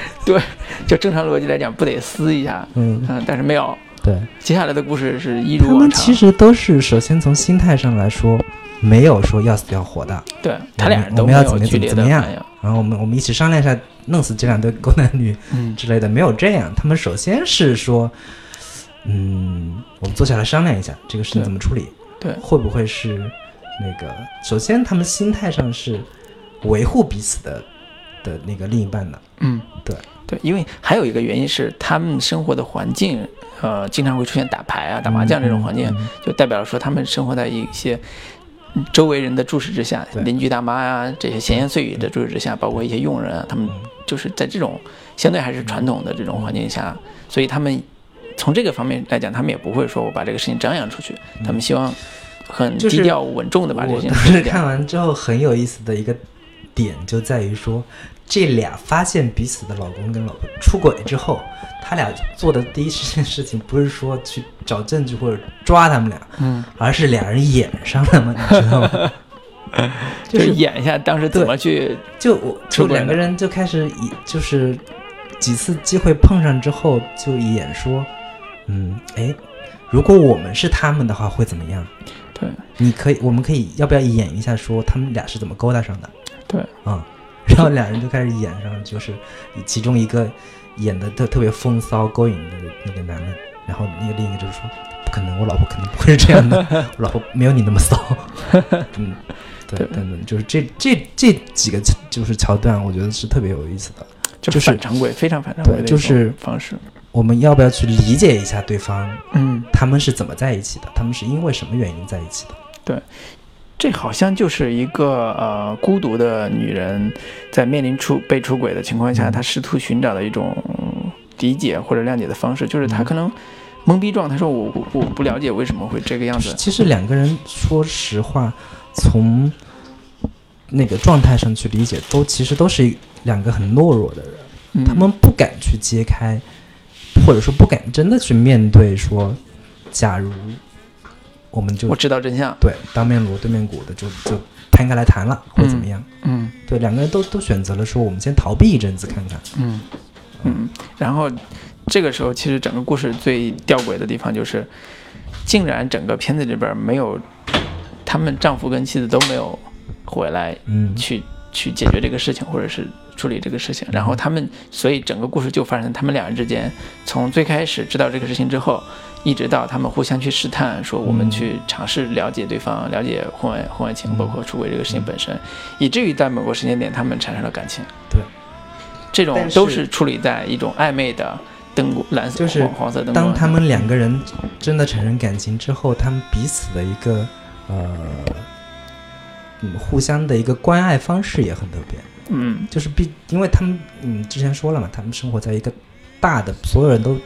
就正常逻辑来讲不得撕一下，
嗯，
嗯，但是没有，
对，
接下来的故事是一
他
如
们
往
其
常。
实都是首先从心态上来说，没有说要死要活的，
对他俩人
我
都
们
没
要
有
怎么
剧
怎么
烈
怎
的
么样
反应，
然后我们我们一起商量一下，弄死这两对狗男女
嗯，
之类的，没有这样。他们首先是说，嗯，我们坐下来商量一下这个事情
对
怎么处理，
对
会不会是那个？首先，他们心态上是维护彼此的的那个另一半的，
嗯，
对
对，因为还有一个原因是他们生活的环境，呃，经常会出现打牌啊、打麻将这种环境，
嗯嗯
就代表说他们生活在一些嗯周围人的注视之下，
对嗯
邻居大妈呀、这些闲言碎语的注视之下，包括一些佣人啊，他们就是在这种相对还是传统的这种环境下，
嗯
所以他们从这个方面来讲，他们也不会说我把这个事情张扬出去，他们希望很
嗯就是
低调稳重的把这个
我
事情
当
处
时
理掉。
看完之后很有意思的一个点就在于说，这俩发现彼此的老公跟老婆出轨之后，他俩做的第一件事情不是说去找证据或者抓他们俩，
嗯，
而是俩人演上了嘛，你知道吗？
<laughs> 就
就是
是演一下当时怎么去，
就我就
出轨了
两个人就开始以就是几次机会碰上之后就演说，嗯，哎，如果我们是他们的话会怎么样？
对
你可以，我们可以要不要演一下，说他们俩是怎么勾搭上的？
对，
啊、 <laughs> 然后俩人就开始演上了，就是其中一个演的特特别风骚勾引的那个男的，然后那个另一个就是说，不可能，我老婆肯定不会是这样的，我老婆没有你那么骚，嗯，对，
对
等等，就是这这这几个就是桥段，我觉得是特别有意思的。
就
就是
反常规，非常反常规的
对
一
就是
种方式。
我们要不要去理解一下对方，
嗯，
他们是怎么在一起的？他们是因为什么原因在一起的？
这好像就是一个呃孤独的女人，在面临出被出轨的情况下，
嗯
她试图寻找的一种理解或者谅解的方式，就是她
嗯
可能懵逼状，她说我我我不了解为什么会这个样
就是
子。
其实两个人，说实话，从那个状态上去理解，都其实都是两个很懦弱的人，
嗯
他们不敢去揭开，或者说不敢真的去面对说，假如我们就
我知道真相，
对当面锣对面鼓的就就摊开来谈了，会怎么样？
嗯
对，两个人都都选择了说，我们先逃避一阵子看看。
嗯嗯，然后这个时候其实整个故事最吊诡的地方就是，竟然整个片子里边没有他们丈夫跟妻子都没有回来
嗯，
去去解决这个事情，或者是处理这个事情。然后他们，所以整个故事就发生在他们俩人之间，从最开始知道这个事情之后，一直到他们互相去试探，说我们
嗯
去尝试了解对方，了解婚外婚外情，
嗯
包括出轨这个事情本身，以至于在某个时间点他们产生了感情。
对，
这种
但
都
是
是处理在一种暧昧的灯光蓝色
就是
黄黄色灯光
当
下。
他们两个人真的产生感情之后，他们彼此的一个呃嗯互相的一个关爱方式也很特别。
嗯
就是必，因为他们嗯之前说了嘛，他们生活在一个大的所有人都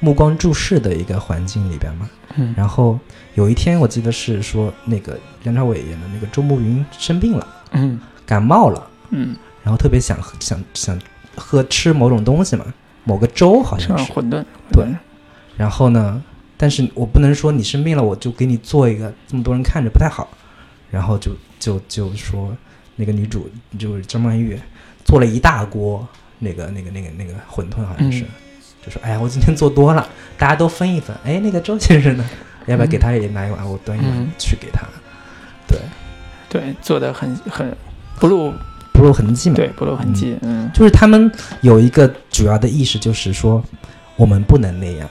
目光注视的一个环境里边嘛。
嗯
然后有一天我记得是说那个梁朝伟演的那个周慕云生病了，
嗯
感冒了，
嗯，
然后特别想喝想想喝吃某种东西嘛，某个粥好
吃
像
碗
是。
馄饨，
对，然后呢，但是我不能说你生病了，我就给你做一个，这么多人看着不太好。然后就就就说那个女主就是张曼玉做了一大锅那个那个那个那个馄饨，好像是，
嗯
就说哎呀，我今天做多了，大家都分一分。哎，那个周先生呢？要不要给
嗯
他也拿一碗？我端一
嗯
碗去给他。对，
对，做的很很不露
不露痕迹嘛。
对不露痕迹，嗯，
就是他们有一个主要的意识，就是说我们不能那样，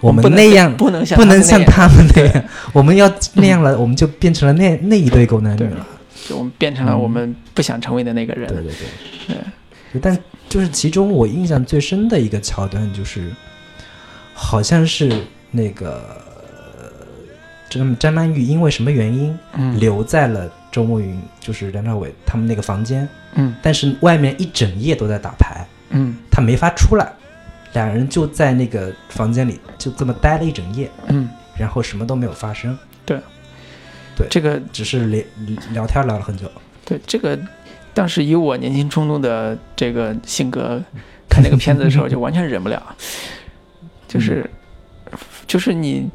我们
不能
那样
不能像
不能
他
像
们那样，
他们那样，我们要那样了，我们就变成了那那一对狗男女
对
了。
就我们变成了我们不想成为的那个
嗯对
人，
对对。但就是其中我印象最深的一个桥段，就是好像是那个呃詹詹曼玉因为什么原因
嗯
留在了周慕云，就是梁朝伟他们那个房间，
嗯
但是外面一整夜都在打牌，
嗯
他没法出来，两人就在那个房间里就这么待了一整夜，
嗯，
然后什么都没有发生，
这个
只是聊聊天聊了很久。
对这个，当时以我年轻冲动的这个性格，看那个片子的时候就完全忍不了，就是就是你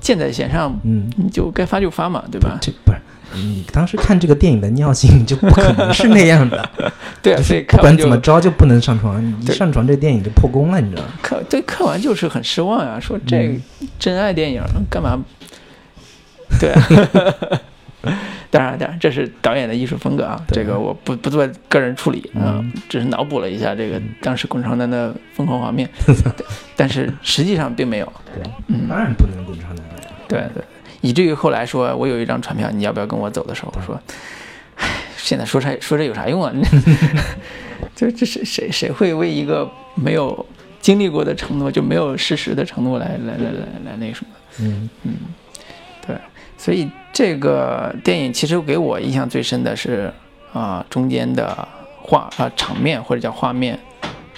箭在弦上，
<laughs> 嗯，
你就该发就发嘛，对
不
吧，？
这不是你当时看这个电影的尿性，你就不可能是那样的，
<laughs> 对啊，
就
所以
是
看
不
完
管
就
怎么着就不能上床，你一
对
上床这电影就破功了，你知道吗？
看对看完就是很失望啊，说这
嗯
真爱电影干嘛？ <laughs> 对、啊， <laughs> 当然当然，这是导演的艺术风格啊，
对
这个我不不做个人处理啊，
嗯
只是脑补了一下这个当时共床男的疯狂画面， <laughs> 但但是实际上并没有，
对，
嗯，
当然不能滚床单了。
对对，以至于后来说我有一张船票，你要不要跟我走的时候，我说，唉，现在说啥说这有啥用啊？ <laughs> 这这谁谁谁会为一个没有经历过的承诺，就没有事实的承诺来来来来来那什么？
嗯
所以这个电影其实给我印象最深的是啊、中间的画啊、场面或者叫画面，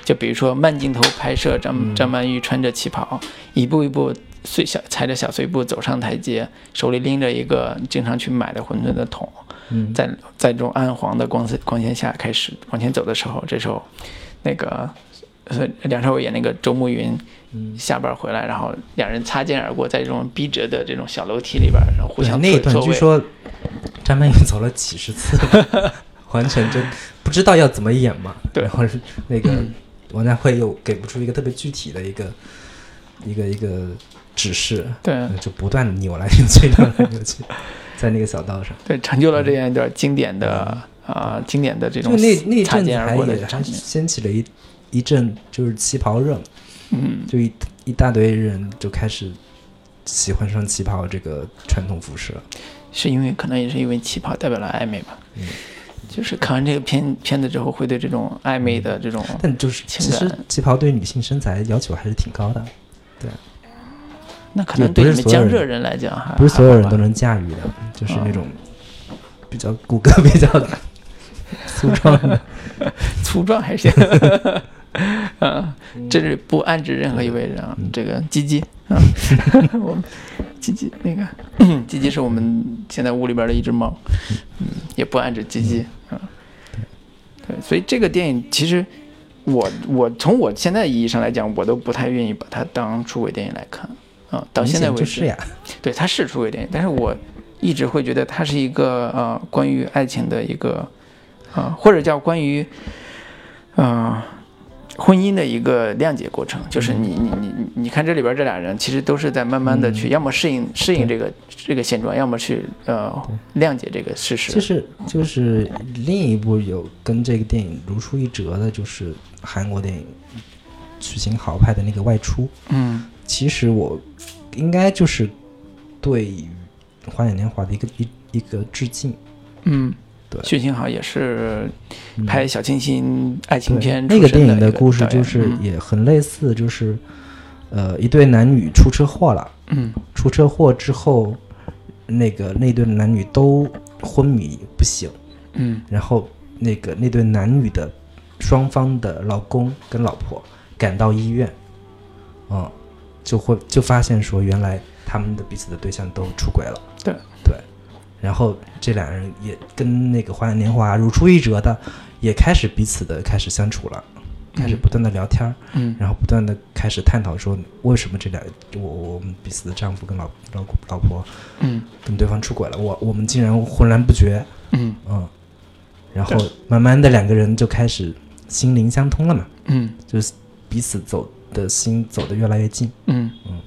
就比如说慢镜头拍摄张
嗯
张曼玉穿着旗袍，一步一步碎小踩着小碎步走上台阶，手里拎着一个经常去买的馄饨的桶，
嗯，
在在这种暗黄的光线光线下开始往前走的时候，这时候那个呃梁朝伟演那个周慕云
嗯
下班回来，然后两人擦肩而过，在这种逼仄的这种小楼梯里边，然后互
对
相
那一
错
段
错
据
位
说张曼玉走了几十次，
<laughs>
完全就不知道要怎么演嘛。
对
然后是那个王家卫又给不出一个特别具体的一个一个一个指示，
对
就不断地扭来扭去， <laughs> 扭来扭去，在那个小道上。
对，成就了这样一段经典的啊、经典的这
嗯就
种
那那一
擦
阵子
肩而
还
过的
也
场
还
面，
掀起了一一阵就是旗袍热嘛，
嗯，
就一一大堆人就开始喜欢上旗袍这个传统服饰了。
是因为可能也是因为旗袍代表了暧昧吧，
嗯
就是看完这个片片子之后，会对这种暧昧的这种
但就是
情
其实
感啊
旗袍对女性身材要求还是挺高的，
那可
也
能
不
对你们
是所有
江
人
浙人来讲还
不是所有人
还好
都
吧
能驾驭的，就是
啊
那种比较 <laughs> 骨骼比较粗壮的。
粗壮还行， <laughs> 啊，这里不暗指任何一位人啊，
嗯
这个鸡鸡啊，
<laughs>
我们鸡鸡那个鸡鸡是我们现在屋里边的一只猫，嗯，也不暗指鸡鸡
嗯
啊，对，所以这个电影其实我我从我现在意义上来讲，我都不太愿意把它当出轨电影来看啊， <laughs> 到现在
明显
为
就是
止，
呀，
对，它是出轨电影，但是我一直会觉得它是一个呃关于爱情的一个啊、或者叫关于呃婚姻的一个谅解过程，就是你
嗯
你你你你看这里边这俩人其实都是在慢慢的去，要么适应适应这个这个现状，要么去呃谅解这个事实。
其实就是另一部有跟这个电影如出一辙的，就是韩国电影取行豪派的那个外出。
嗯
其实我应该就是对《花样年华》的一个一一个致敬。
嗯，
对
徐新好也是
嗯
拍小清新爱情
对
片
那
出
个
身
电影
的
的故事
导演
就是
嗯
也很类似，就是呃一对男女出车祸了，
嗯
出车祸之后，那个那对男女都昏迷不醒，
嗯
然后那个那对男女的双方的老公跟老婆赶到医院，嗯，就会就发现说原来他们的彼此的对象都出轨了，
对
对，然后这两人也跟那个《花样年华》如出一辙的，也开始彼此的开始相处了，开始不断的聊天儿，
嗯
然后不断的开始探讨说为什么这两我我们彼此的丈夫跟老老老婆
嗯
跟对方出轨了，我我们竟然浑然不觉，
嗯
嗯，然后慢慢的两个人就开始心灵相通了嘛，
嗯
就是彼此走的心走得越来越近。
嗯
嗯，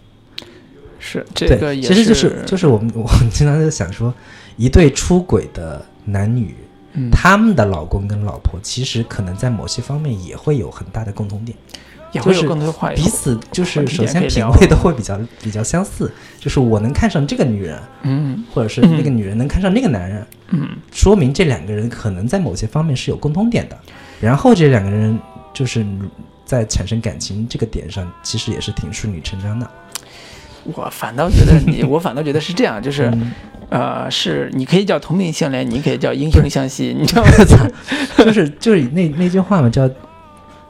是这个
对，
也
其实就是就是我们 <laughs> 我们经常在想说，一对出轨的男女，
嗯
他们的老公跟老婆其实可能在某些方面也会有很大的共同点，
也会
就
有
是
更多的话语
彼此就是
有
首先
有
品
可以聊
味都会比较比较相似，就是我能看上这个女人，
嗯
或者是那个女人能看上那个男人，
嗯
说明这两个人可能在某些方面是有共通点的，然后这两个人就是在产生感情这个点上，其实也是挺顺理成章的。
我反倒觉得你，我反倒觉得是这样，就是，
嗯
呃，是你可以叫同病相怜，你可以叫英雄相惜，你知 <laughs> 道吗？
就是就是那那句话嘛，叫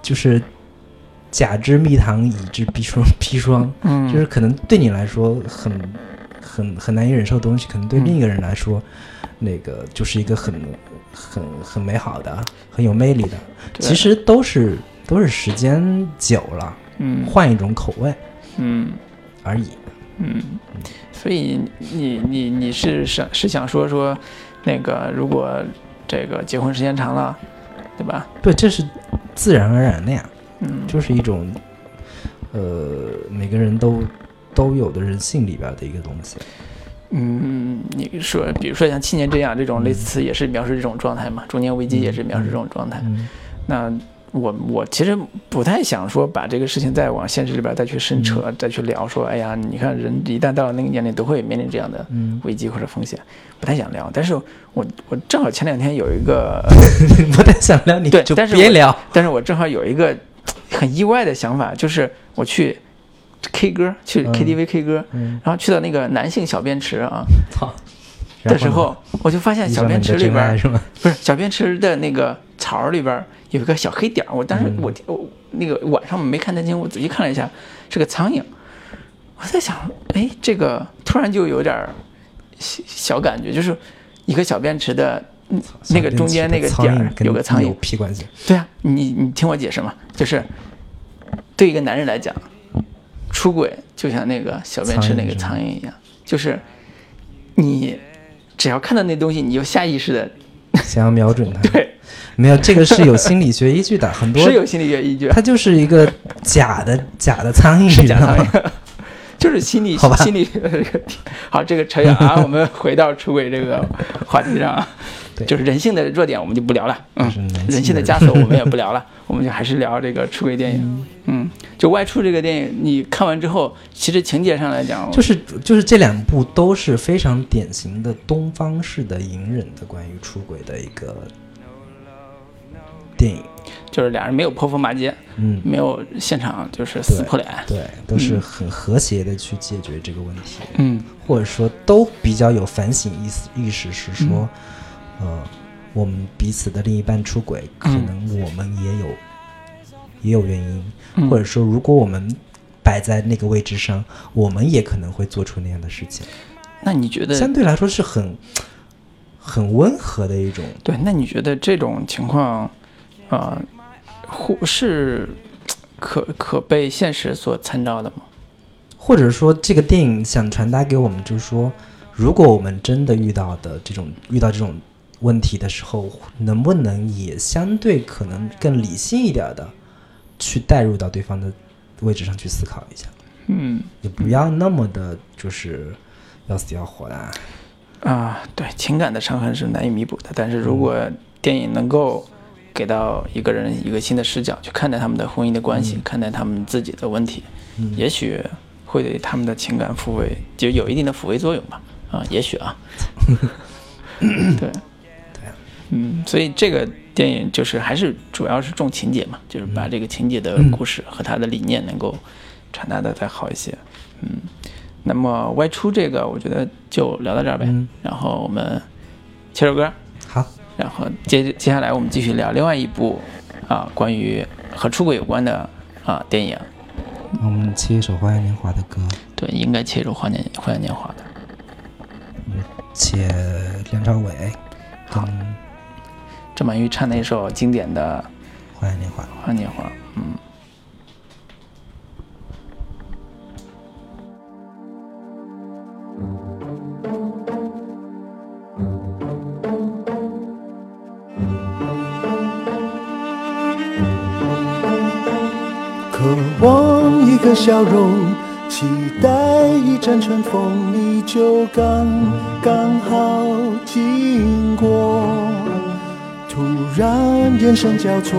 就是“甲之蜜糖，乙之砒霜”，砒霜
嗯，
就是可能对你来说很很很难以忍受的东西，可能对
嗯
另一个人来说，那个就是一个很很很美好的、很有魅力的，
对
其，实都是都是时间久了。
嗯
换一种口味
嗯
而已。
嗯，所以你你你是想是想说说，那个如果这个结婚时间长了，对吧？
对，这是自然而然的呀，
嗯，
就是一种，呃，每个人都都有的人性里边的一个东西。
嗯，你说，比如说像《七年之痒》这种类似词，也是描述这种状态嘛，中年危机也是描述这种状态。
嗯，
那我我其实不太想说把这个事情再往现实里边再去深扯，
嗯
再去聊说，哎呀，你看人一旦到了那个年龄，都会面临这样的
嗯 <laughs>
危机或者风险，不太想聊。但是我我正好前两天有一
<laughs>
个，
不太想聊，你
对
就
但是
别
我
聊。
但是我正好有一个很意外的想法，就是我去 K 歌，去
嗯
KTV K 歌，
嗯，
然后去到那个男性小便池啊
操。
的时候，我就发现
遇
小
上了
便
你
池
的
里
真
边
爱
儿
是吗？
不是小便池的那个槽儿里边儿有一个小黑点儿，我当时
嗯
我、我那个晚上没看太清，我仔细看了一下，是个苍蝇。我在想，哎，这个突然就有点儿小小感觉，就是一个小便池的嗯那个中间那个点儿有个苍
有
蝇。
屁关系？
对啊，你你听我解释嘛，就是对一个男人来讲，出轨就像那个小便池那个
苍
苍蝇一样，就是你只要看到那东西，你就下意识的
想要瞄准它？
<laughs> 对。
没有，这个是有心理学依据
<laughs>
的，很多
是有心理学依据啊，
它就是一个假的假的苍蝇，你
是
知
假
道
苍
吗？
蝇，就是心理
好吧
心理 <laughs> 学的这个题。好，这个扯远
<laughs>
啊，我们回到出轨这个话题上啊，
对
就是人性的弱点我们就不聊了，嗯
就是人性，的
人性的
<laughs>
枷锁我们也不聊了，我们就还是聊这个出轨电影，嗯，就外出这个电影，你看完之后，其实情节上来讲，
就是就是这两部都是非常典型的东方式的隐忍的关于出轨的一个电影，
就是俩人没有泼妇骂街，
嗯，
没有现场就是撕破脸，
对，都是很和谐的去解决这个问题，
嗯
或者说都比较有反省意识，意识是说，呃，我们彼此的另一半出轨，可
嗯
能我们也有、也有原因，
嗯
或者说如果我们摆在那个位置上，我们也可能会做出那样的事情。
那你觉得
相对来说是很很温和的一种。
对，那你觉得这种情况，啊、或是可可被现实所参照的吗？
或者说这个电影想传达给我们，就是说，如果我们真的遇到的这种遇到这种问题的时候，能不能也相对可能更理性一点的去带入到对方的位置上去思考一下，
嗯
也不要那么的就是要死要活的啊。
啊、对，情感的伤痕是难以弥补的，但是如果电影能够给到一个人一个新的视角去看待他们的婚姻的关系，看待他们自己的问题，
嗯
也许会对他们的情感抚慰，就有一定的抚慰作用吧。啊、也许
<laughs>
啊，对，嗯，所以这个电影就是还是主要是重情节嘛，就是把这个情节的故事和他的理念能够传达的再好一些。嗯，那么外出这个我觉得就聊到这儿呗，
嗯
然后我们切首歌，
好，
然后接接下来我们继续聊另外一部啊关于和出轨有关的啊电影。
我们切一首《花样年华》的歌，
对，应该切入《花年花样年华》的。
且梁朝伟跟《
郑满玉唱那首经典的
花样年华》。
《花样年华》，嗯。
渴望一个笑容，期待一阵春风，你就刚刚好经过。突然眼神交错，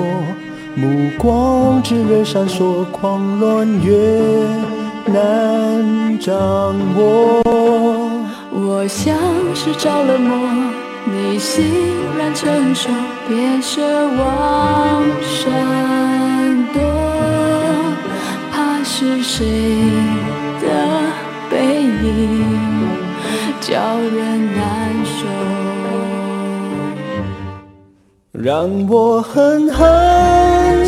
目光炽热闪烁，狂乱越难掌握。
我像是着了魔，你欣然承受，别奢望闪躲，怕是谁的背影叫人难受。
让我狠狠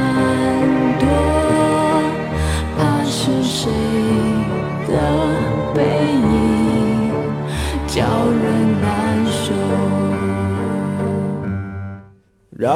躲，怕是谁的背影叫人难受。
让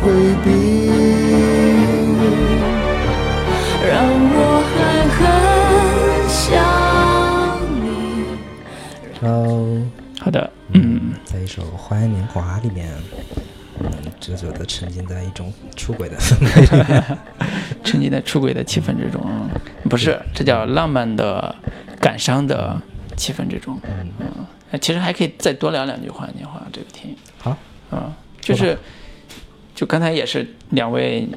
回避。
让我狠狠想你。
喽，
好的，嗯，
在一首《花样年华》里面，我们久久的沉浸在一种
<laughs>
出轨的氛围里。
沉浸在出轨的气氛之中，不是，这叫浪漫的、感伤的气氛之中。嗯，哎其实还可以再多聊两句话，你话这个电影。
好，
啊，就是，就刚才也是两位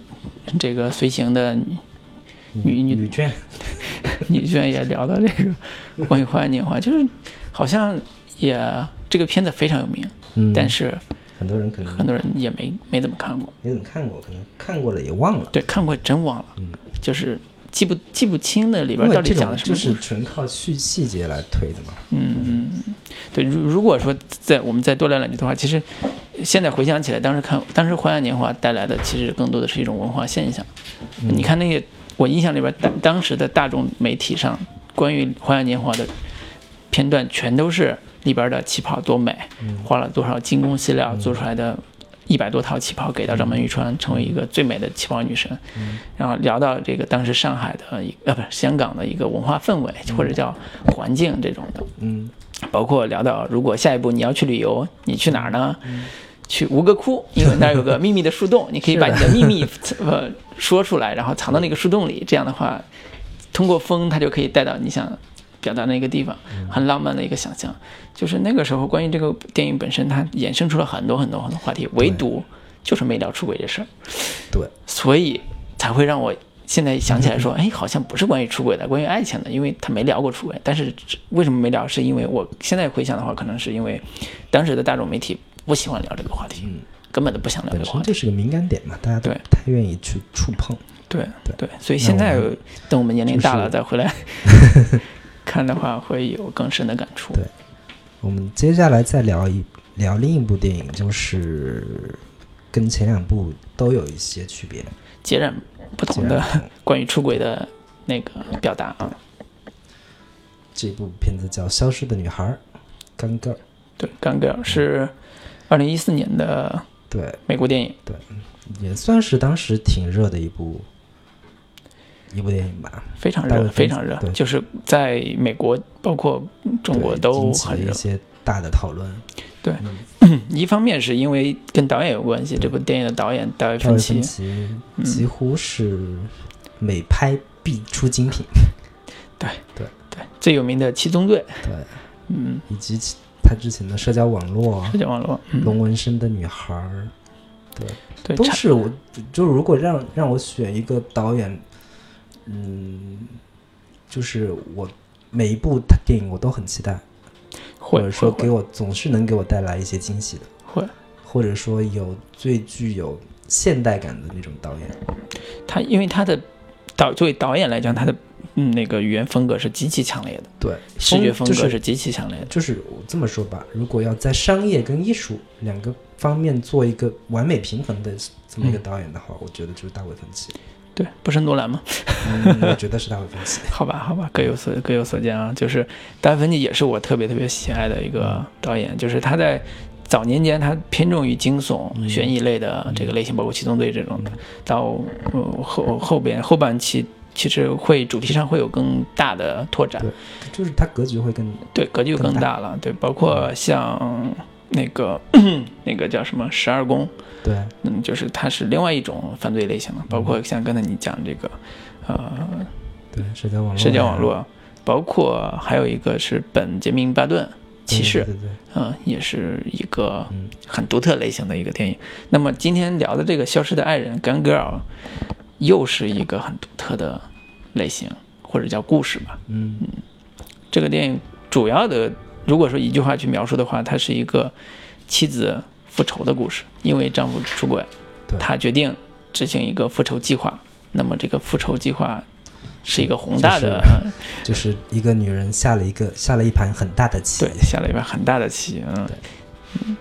这个随行的女女女
<laughs> 女眷，
你居然也聊到这个关于《花样年华》， <laughs> 就是好像也这个片子非常有名，
嗯
但是
很多人可能
很多人也没没怎么看过。
没怎么看过，可能看过了也忘了。
对，看过真忘了，就是记不记不清那里边
嗯因为
到底
这
讲
种
的什
就
么故事。嗯
是纯靠细细节来推的嘛。
对，如如果说再我们再多聊两句的话，其实呃现在回想起来，当时看当时《花样年华》带来的，其实更多的是一种文化现象。你看那个，我印象里边当当时的大众媒体上关于《花样年华》的片段，全都是里边的旗袍多美，花了多少精工细料做出来的。一百多套旗袍给到张曼玉穿，成为一个最美的旗袍女神。然后聊到这个当时上海的一呃不是香港的一个文化氛围或者叫环境这种的，
嗯
包括聊到如果下一步你要去旅游，你去哪儿呢？去吴哥窟，因为那儿有个秘密的树洞，你可以把你的秘密呃说出来，然后藏到那个树洞里。这样的话，通过风它就可以带到你想表达那个地方，很浪漫的一个想象。就是那个时候，关于这个电影本身，它衍生出了很多很多很多话题，唯独就是没聊出轨这事儿。
对，
所以才会让我现在想起来说，
嗯
哎，好像不是关于出轨的，关于爱情的，因为他没聊过出轨。但是这为什么没聊？是因为我现在回想的话，可能是因为当时的大众媒体不喜欢聊这个话
嗯
题，根本都不想聊这
本
个话
身
题
就。是个敏感点嘛，大家都
对
不太愿意去触碰。
对
对
对，所以现在
那我们
等我们年龄大了
就是
再回来 <laughs>
<laughs>
看的话，会有更深的感触。
对我们接下来再聊一聊另一部电影，就是跟前两部都有一些区别，
截然不同的
截然不同
关于出轨的那个表达啊。
这部片子叫《消失的女孩》，刚刚
对，刚戈尔是二零一四年的
对，
美国电影。
也算是当时挺热的一部一部电影吧。
非常
大
热，
的
非
分
常热
对，
就是在美国，包括中国
对
都
引起了
很热嗯
一。些大的讨论。
一方面是因为跟导演有关系，这部电影的导演大卫
赵
芬
薇
奇嗯
芬，奇几乎是每拍必出精品，
对最有名的《七宗罪》，
对，
嗯，
以及其他之前的社交网络、啊
社交网络，嗯，
龙纹身的女孩儿，
对，
都
差
是我就如果让让我选一个导演，嗯，就是我每一部他电影我都很期待，或
会
者
会
说
会
给我总是能给我带来一些惊喜的，
会，
或者说有最具有现代感的那种导演，
他因为他的导作为导演来讲，他的嗯那个语言风格是极其强烈的，
对，
视觉风
就
格
是
是极其强烈的，
就是我这么说吧，如果要在商业跟艺术两个方面做一个完美平衡的这么一个导演的话，我觉得就是大卫芬奇。
对，不是诺兰吗？
嗯， <laughs> 我觉得是大卫芬奇。
好吧，好吧，各有所各有所见啊。就是达芬奇也是我特别特别喜爱的一个导演，就是他在早年间他偏重于惊悚、悬疑类的这个类型，包括《七宗罪》这种的。到呃后后边后半期，其实会主题上会有更大的拓展
对，就是他格局会更
对格局更
更
大了。对，包括像那个 <clears throat> 那个叫什么《十二宫》，
对，
嗯，就是它是另外一种犯罪类型了，包括像刚才你讲这个，呃，
对社交网络啊，
社交网络，包括还有一个是本杰明·巴顿
对
骑士
对，对对，
嗯，也是一个
嗯
很独特类型的一个电影。那么今天聊的这个《消失的爱人》（Gone Girl） 又是一个很独特的类型，或者叫故事吧。
嗯，
这个电影主要的，如果说一句话去描述的话，它是一个妻子复仇的故事，因为丈夫出轨
对，
她决定执行一个复仇计划。那么这个复仇计划是一个宏大的、
就是一个女人下了一个下了一盘很大的棋
对，，下了一盘很大的棋，嗯，嗯，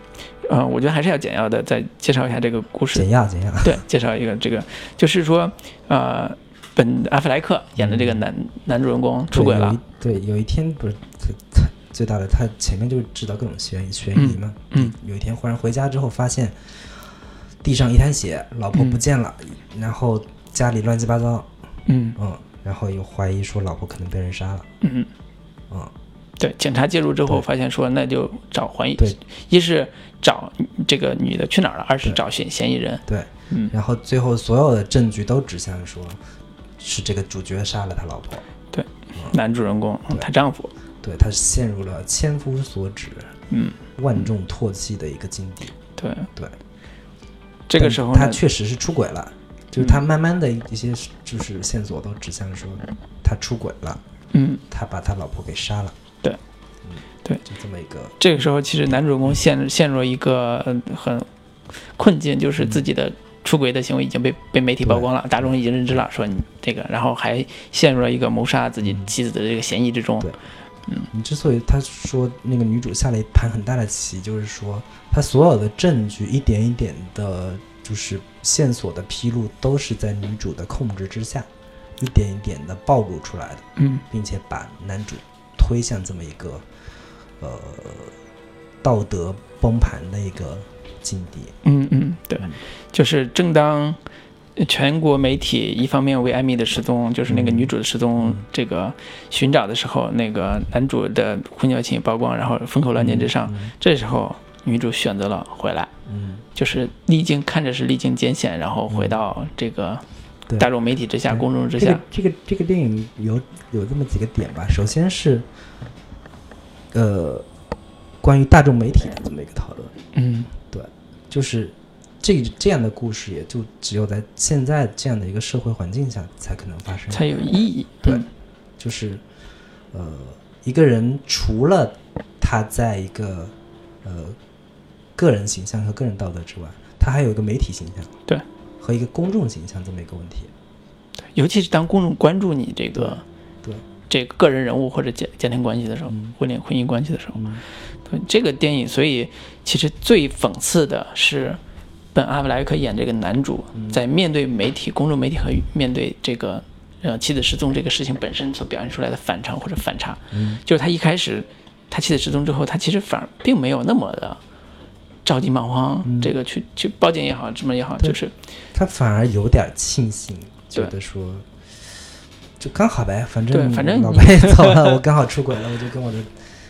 呃，我觉得还是要简要的再介绍一下这个故事
简，要简要，
对，介绍一个这个，就是说，呃，本阿弗莱克演的这个男、男主人公出轨了，
嗯对。有一对，有一天不是最最最大的，他前面就知道各种悬疑悬疑嘛。
嗯嗯
有一天忽然回家之后，发现地上一滩血，老婆不见了，然后家里乱七八糟，
嗯
嗯，然后又怀疑说老婆可能被人杀了，
嗯，
嗯，
对，警察介入之后
对
发现说，那就找怀疑
对，
一是找这个女的去哪儿了，二是
对
找嫌嫌疑人，
对，
嗯
然后最后所有的证据都指向说是这个主角杀了他老婆，嗯
男主人公她丈夫，
对他陷入了千夫所指，
嗯，
万众唾弃的一个境地。
对
对，
这个时候
但
呢嗯
他，确实是出轨了，就是他慢慢的一些就是线索都指向说他出轨了，
嗯，
他把他老婆给杀了。
对
嗯，
对
就这么一个，
这个时候，其实男主人公陷陷入一个呃很困境，就是自己的出轨的行为已经被被媒体曝光了，大众已经认知了，说你这个，然后还陷入了一个谋杀自己妻子的这个嫌疑之中
嗯对。你之所以他说那个女主下了一盘很大的棋，就是说他所有的证据一点一点的，就是线索的披露都是在女主的控制之下，一点一点的暴露出来的，
嗯，
并且把男主推向这么一个呃道德崩盘的一个境地。
嗯嗯，对
嗯，
就是正当全国媒体一方面为艾米的失踪，就是那
嗯
个女主的失踪这个寻找的时候，那个男主的婚外情曝光，然后风口浪尖之上，这时候女主选择了回来。
嗯，
就是历经看着是历经艰险，然后回到这个
嗯对
大众媒体之下、
对
公众之
这
下
个，这个这个电影有有这么几个点吧，首先是，呃，关于大众媒体的这么一个讨论，
嗯
就是这这样的故事也就只有在现在这样的一个社会环境下才可能发生，
才有意义。
对
嗯
就是呃，一个人除了他在一个呃个人形象和个人道德之外，他还有一个媒体形象，
对，
和一个公众形象这么一个问题，
尤其是当公众关注你这个
对，
这个个人人物或者家家庭关系的时候，婚恋婚姻关系的时候，
嗯
对这个电影，所以其实最讽刺的是，本阿弗莱克演这个男主
嗯
在面对媒体、公众媒体和面对这个呃妻子失踪这个事情本身所表现出来的反常或者反差，
嗯
就是他一开始他妻子失踪之后，他其实反而并没有那么的着急忙慌，这个去去报警也好，什么也好，
嗯对
就是
他反而有点庆幸，觉
对
得说，就刚好呗，反
对
正
反正
老
你
白也走了，我刚好出轨了，我就跟我的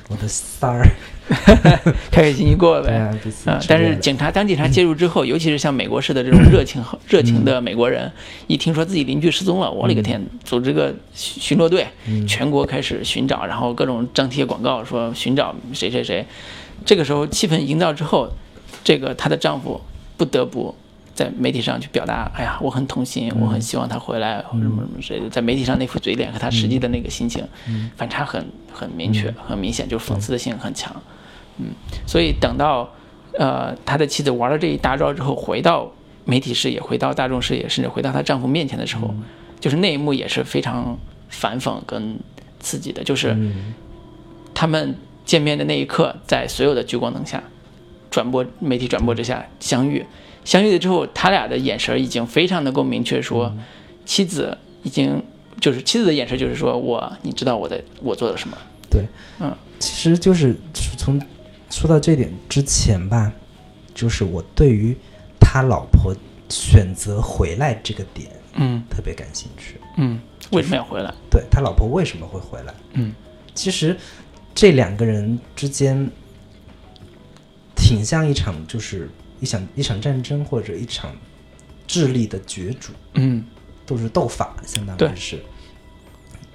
我的
<laughs>
三儿
开开心心过呗。
对啊，彼此
嗯，
之
但
间
是
的
警察当警察介入之后，尤其是像美国式的这种热情和热情的美国人，一听说自己邻居失踪了，我勒个天！组织个巡巡逻队，全国开始寻找，然后各种张贴广告说寻找谁谁谁。这个时候气氛营造之后，这个她的丈夫不得不在媒体上去表达，哎呀，我很痛心，我很希望她回来，或者什么什么之类的，在媒体上那副嘴脸和她实际的那个心情反差很很明确、很明显，就是讽刺的性很强。所以等到呃他的妻子玩了这一大招之后，回到媒体视野、回到大众视野，甚至回到她丈夫面前的时候，就是那一幕也是非常反讽跟刺激的，就是他们见面的那一刻，在所有的聚光灯下、转播媒体转播之下相遇。相遇了之后，他俩的眼神已经非常能够明确说，妻子已经就是妻子的眼神就是说我，你知道我在我做了什么，
对，
嗯，
其实就是从说到这点之前吧，就是我对于他老婆选择回来这个点
嗯
特别感兴趣。
嗯，为什么要回来？
对他老婆为什么会回来？
嗯，
其实这两个人之间挺像一场，就是一场一场战争或者一场智力的角逐，
嗯
都是斗法，相当
对
于是。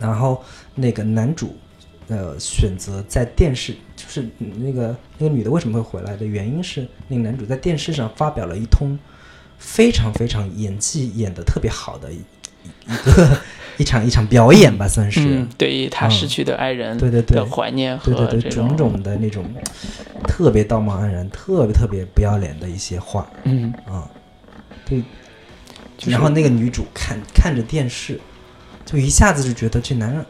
然后那个男主，呃，选择在电视，就是那个那个女的为什么会回来的原因是，那个男主在电视上发表了一通非常非常演技演的特别好的一一一个一场一场表演吧，算是。
嗯，对于他
嗯
失去的爱人
对对对
的怀念 <laughs> 和
对对
这
对，种种的那种特别道貌岸然、特别特别不要脸的一些话
嗯，
啊、对。
就是
然后那个女主看看着电视，就一下子就觉得这男人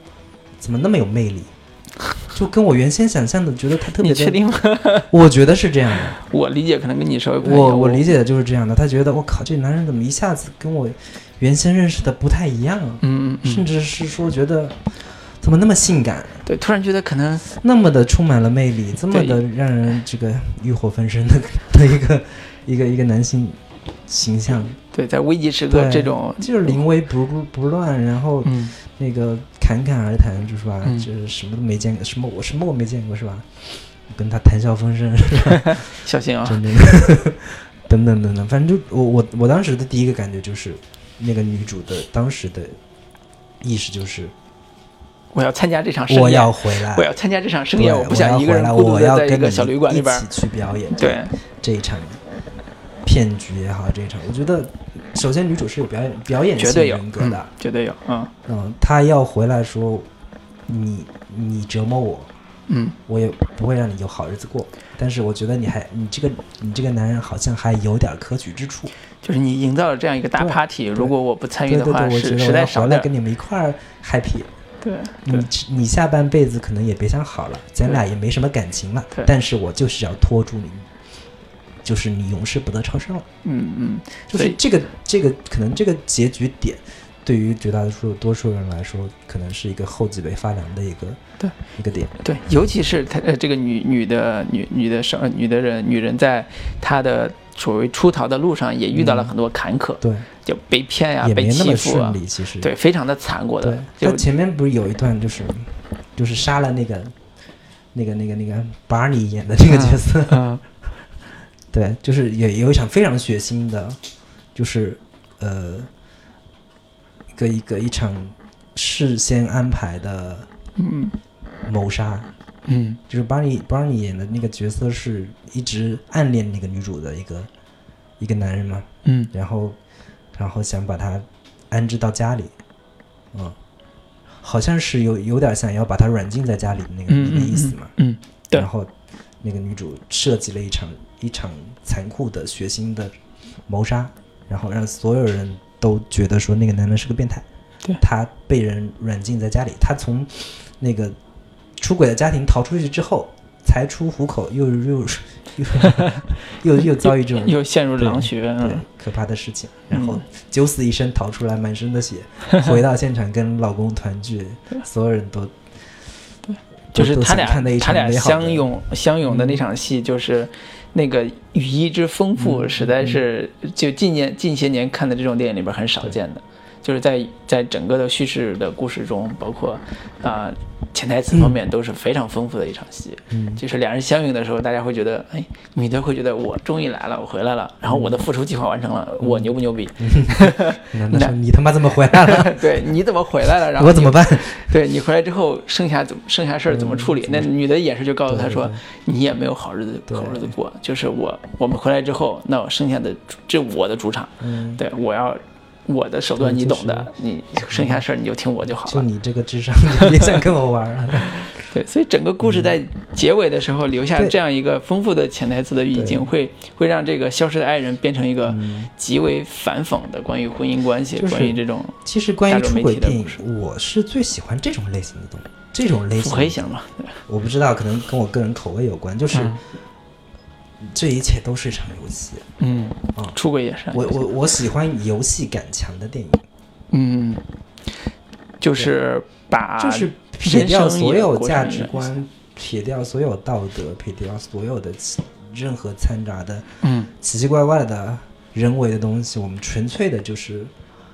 怎么那么有魅力， <laughs> 就跟我原先想象的觉得他特
你
别的
确定吗？ <laughs>
我觉得是这样的，
我理解可能跟你稍微不太一
我
样
我理，解的就是这样的。他觉得我靠，这男人怎么一下子跟我原先认识的不太一样，啊
嗯嗯
甚
嗯，
至是说觉得怎么那么性感，
对，突然觉得可能
那么的充满了魅力，这么
对
的让人这个欲火焚身的 <laughs> 的一个一个一个男性形象，
对在危急时刻
对，
这种，
就是临危不不不乱，然后
嗯
那个侃侃而谈，就是吧，
嗯
就是什么都没见过，什么我什么我没见过是吧？跟他谈笑风生， <laughs>
小心啊，
真的， <laughs> 等等等等，反正就我我我当时的第一个感觉就是，那个女主的当时的意识就是
我要参加这场盛宴，
我要回来，
啊我要参加这场盛
对
宴，
我
不想一个人
要
孤
回
独
来
的
我
在
要
一
跟
个
你
小旅馆里边
一
儿
起，去表演，
对，
这一场骗局也好，这一场，我觉得首先女主是有表演表演
绝
性
对有
人格的，
绝对有，嗯
嗯，她要回来说你你折磨我，
嗯，
我也不会让你有好日子过，但是我觉得你还你这个你这个男人好像还有点可取之处，
就是你营造了这样一个大
对
party，如果我不参与
对
的
对对，
话，
我
是
觉得
实
我
在
要
少
回来
点儿
跟，你们一块儿 happy。
对对
你你下半辈子可能也别想好了，咱俩也没什么感情了
对。
但是我就是要拖住你，就是你永世不得超生了。
嗯嗯，
就
所
是
以
这个这个可能这个结局点，对于绝大多数多数人来说，可能是一个后脊背发凉的一个
对
一个点。
对，尤其是她呃，这个女女的女女的少女的人女人，在她的所谓出逃的路上，也遇到了很多坎坷，
嗯对，
就被骗呀、
也
被
没那
欺
么
负啊
顺，利，其实
对，非常的残酷
对
的，。就
他前面不是有一段就是就是杀了那个那个那个那个巴尼演的这个角色，
嗯，
<laughs> 对，就是也有一场非常血腥的，就是呃，一个一个一场事先安排的
嗯
谋杀，
嗯
就是巴尼巴尼演的那个角色是一直暗恋那个女主的一个一个男人嘛，
嗯
然后然后想把她安置到家里，嗯，好像是有有点想要把她软禁在家里的那个、
嗯
那个
嗯
意思嘛，
嗯，对
然后那个女主设计了一场一场残酷的血腥的谋杀，然后让所有人都觉得说那个男人是个变态，
对
他被人软禁在家里，他从那个出轨的家庭逃出去之后，才出虎口，又又 <laughs> 又又又遭遇这种
<laughs> 嗯又陷入狼穴，
对
嗯，
可怕的事情，然后
嗯
九死一生逃出来，满身的血，回到现场跟老公
<laughs>
团聚，所有人都
就
都
是
都
他
想
俩
看的一
他
场
俩
美好的嗯
相拥相拥的那场戏，就是那个羽翼之丰富，
嗯
实在是就近年近些年看的这种电影里边很少见的。就是在在整个的叙事的故事中，包括啊、潜台词方面都是非常丰富的一场戏。
嗯
就是两人相遇的时候，大家会觉得，哎，女的会觉得我终于来了，我回来了，然后
嗯
我的复仇计划完成了，我牛不牛逼？
男的说你他妈怎么回来了？
<laughs> 对，你怎么回来 <laughs> 了？然后
我怎
你 <laughs>
么办？
对你回来之后，剩下怎么剩下事儿怎
嗯
么处理？那女的眼神就告诉他说，你也没有好日子
对
好日子过。就是我我们回来之后，那我剩下的主这我的主场，
嗯，
对我要我的手段
对
你
就
懂的，你剩下事儿你就听我就好
就
了。
你这个智商，你别想跟我玩了。 <laughs>
对，所以整个故事在结尾的时候留下
嗯对
这样一个丰富的潜台词的意境，
对嗯
会会让这个消失的爱人变成一个极为反讽的关于婚姻关系，
就是
关于这种
其实关于出轨电
大众媒体的故事
影，我是最喜欢这种类型的东西，这种类
腹
型
黑型嘛。对
我不知道，可能跟我个人口味有关，就是。
嗯
这一切都是一场游戏。
嗯
啊，
出轨也是啊。
我
有些
我我喜欢游戏感强的电影，
嗯，就是把
就是啊撇
人
掉
生
所
也
有
过
价
成一
值
个
观，撇掉所有道德，撇掉所有的其任何掺杂的
嗯
奇奇怪怪的人为的东西，我们纯粹的就是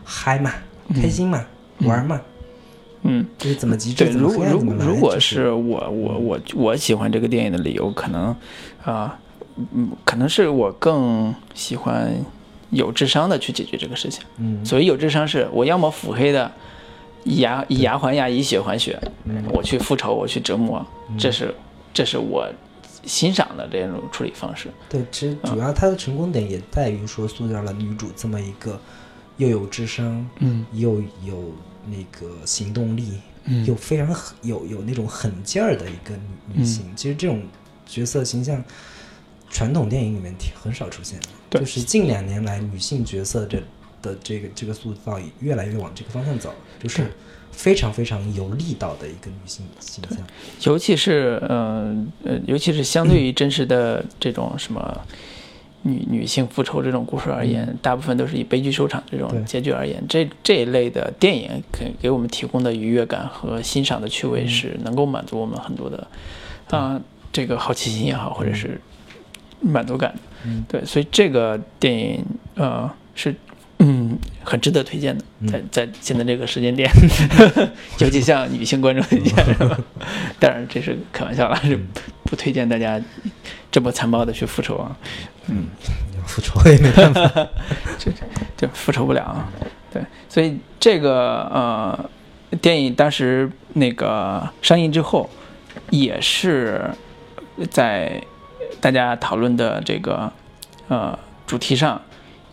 嗨嘛，开心嘛，玩嘛，
嗯，
就是怎么极致
对，
怎么
如
黑
果
暗
如
怎么
果
来。
如果
就是嗯
我我我我喜欢这个电影的理由，可能啊、嗯，可能是我更喜欢有智商的去解决这个事情。
嗯
所以有智商是我要么腹黑的，以牙以牙还牙，以血还血，
嗯
我去复仇，我去折磨，这是这是我欣赏的这种处理方式。
对，其实
嗯
主要它的成功点也在于说塑造了女主这么一个又有智商，
嗯，
又有那个行动力，嗯，又非常狠有有那种狠劲儿的一个
嗯
女女性。其实这种角色形象，传统电影里面挺很少出现的。
对
就是近两年来女性角色这的这个这个塑造也越来越往这个方向走，就是非常非常有力道的一个女性形象。 <laughs>
尤其是呃呃，尤其是相对于真实的这种什么女女性复仇这种故事而言，大部分都是以悲剧收场这
嗯对
种结局而言，这这一类的电影给给我们提供的愉悦感和欣赏的趣味
嗯
是能够满足我们很多的啊、这个好奇心也好，或者是满足感。
嗯
对，所以这个电影呃是嗯很值得推荐的，在
嗯
在现在这个时间
<laughs>
点，尤其向女性观众推荐是吧？当然这是开玩笑啦，是不推荐大家这么残暴的去复仇啊，
你要复仇 <laughs> 也没办法。
就复仇不了啊。对，所以这个呃电影当时那个上映之后，也是在大家讨论的这个呃主题上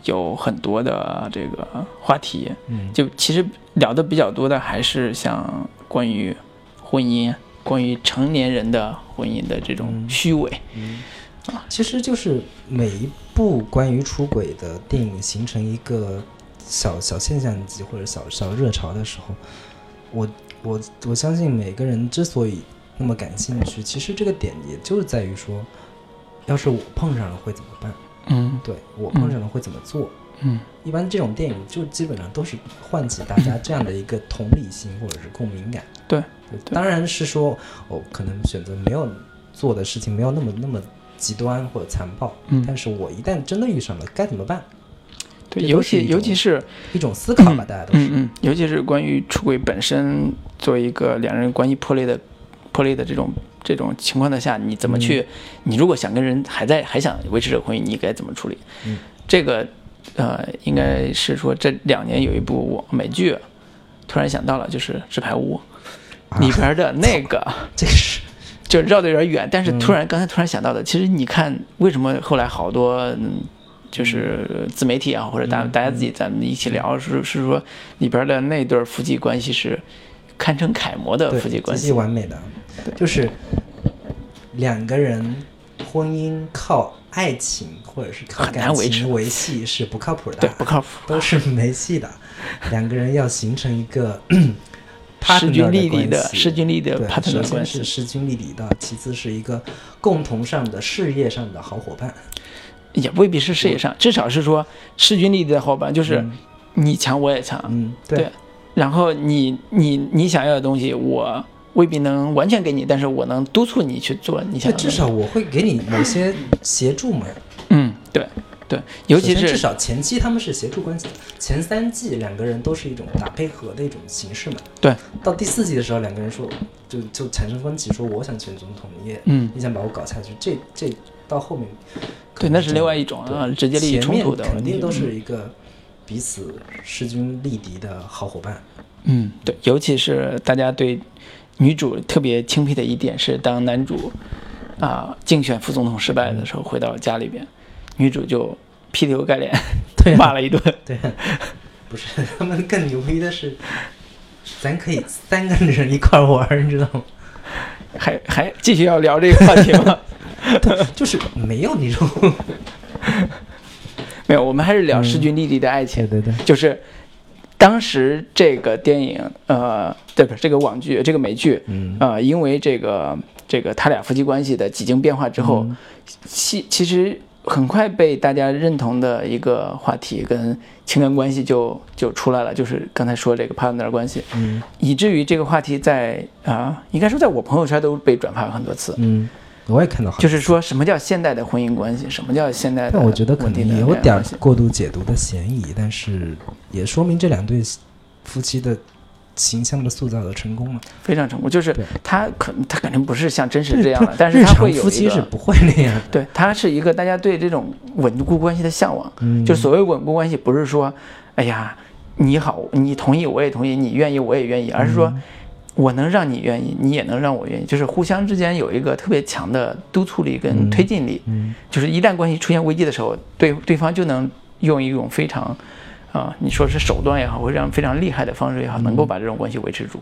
有很多的这个话题。
嗯，
就其实聊的比较多的还是像关于婚姻、关于成年人的婚姻的这种虚伪。
其实就是每一部关于出轨的电影形成一个小小现象级或者小小热潮的时候，我我我相信每个人之所以那么感兴趣，其实这个点也就是在于说，要是我碰上了会怎么办？
嗯
对我碰上了会怎么做？
嗯
一般这种电影就基本上都是唤起大家这样的一个同理心或者是共鸣感。
对，
当然是说哦，可能选择没有做的事情没有那么那么极端或者残暴，
嗯
但是我一旦真的遇上了，该怎么办？
对，
这
尤
都是
其
一
尤
种
其是
一种思考吧，大家都
嗯
是。
嗯，尤其是关于出轨本身，作为一个两人关系破裂的破裂的这种这种情况的下，你怎么
嗯
去？你如果想跟人还在还想维持这个关系，你该怎么处理？
嗯
这个呃，应该是说这两年有一部网美剧，突然想到了，就是《纸牌屋》
啊
里边的那
<laughs>
个，
这个是
就绕得有点远，但
嗯
是突然、刚才突然想到的，其实你看为什么后来好多嗯就是自媒体啊，或者
嗯
大大家自己咱们一起聊，是是说里边的那对夫妻关系是堪称楷模的
对
夫妻关
呃极
系
其，完美的，就是两个人婚姻靠爱情或者是靠
很难
感
维持
情维系是不靠谱的，
对，不靠谱，
都是没
<laughs>
戏的。两个人要形成一个
<coughs> 势均
partner
力敌的
关系
势均力敌的
对
partner
首
的关
先
系，
是势均力敌的，其次是一个共同上的事业上的好伙伴。
啊也未必是事业上，至少是说势均力敌的伙伴，就是你强我也强，
嗯，
对，然后你你你想要的东西，我未必能完全给你，但是我能督促你去做你想要的
那至
东西。
少我会给你某些协助嘛，
嗯，对对，尤其
首先
是
至少前期他们是协助关系，前三季两个人都是一种打配合的一种形式嘛。
对
到第四季的时候，两个人说就就产生分歧，说我想选总统，你也、
嗯
你想把我搞下去，这这到后面可
对，
能
那是
就
另外一种
对
啊，直接利益
前
冲
面
突的问
肯
题
定都是
嗯
一个彼此势均力敌的好伙伴。
嗯，对，尤其是大家对女主特别钦佩的一点是，当男主啊、竞选副总统失败的时候，回到家里边，女主就劈头盖脸
对啊
骂了一顿。
对，不是他们更牛逼的是，咱可以三个人一块儿玩儿，你知道吗？ <laughs>
还还继续要聊这个话题吗？ <laughs>
就是没有那种，
没有，我们还是聊势均力敌的爱情。
对对，
就是当时这个电影，呃，对不是这个网剧，这个美剧，
嗯
呃，因为这个这个他俩夫妻关系的几经变化之后，
嗯
其其实很快被大家认同的一个话题跟情感关系就就出来了，就是刚才说这个 partner 关系，
嗯
以至于这个话题在啊、应该说在我朋友圈都被转发很多次。
嗯，我也看到好，
就是说什么叫现代的婚姻关系，什么叫现代的
但我觉得可
稳定的
能
恋
有
爱
点
关系
过度解读的嫌疑，但是也说明这两对夫妻的形象的塑造的成功嘛。
非常成功，就是
对
他可他肯定不是像真实
日
这样的，但是
日
他
常
会有
夫
一
妻是
个，
不会那样的， <laughs>
对，他是一个大家对这种稳固关系的向往。
嗯
就所谓稳固关系，不是说，哎呀，你好，你同意我也同意，你愿意我也愿意，而是说，
嗯
我能让你愿意，你也能让我愿意，就是互相之间有一个特别强的督促力跟推进力。
嗯
就是一旦关系出现危机的时候，对对方就能用一种非常，啊、你说是手段也好，或者非常厉害的方式也好，能够把这种关系维持住。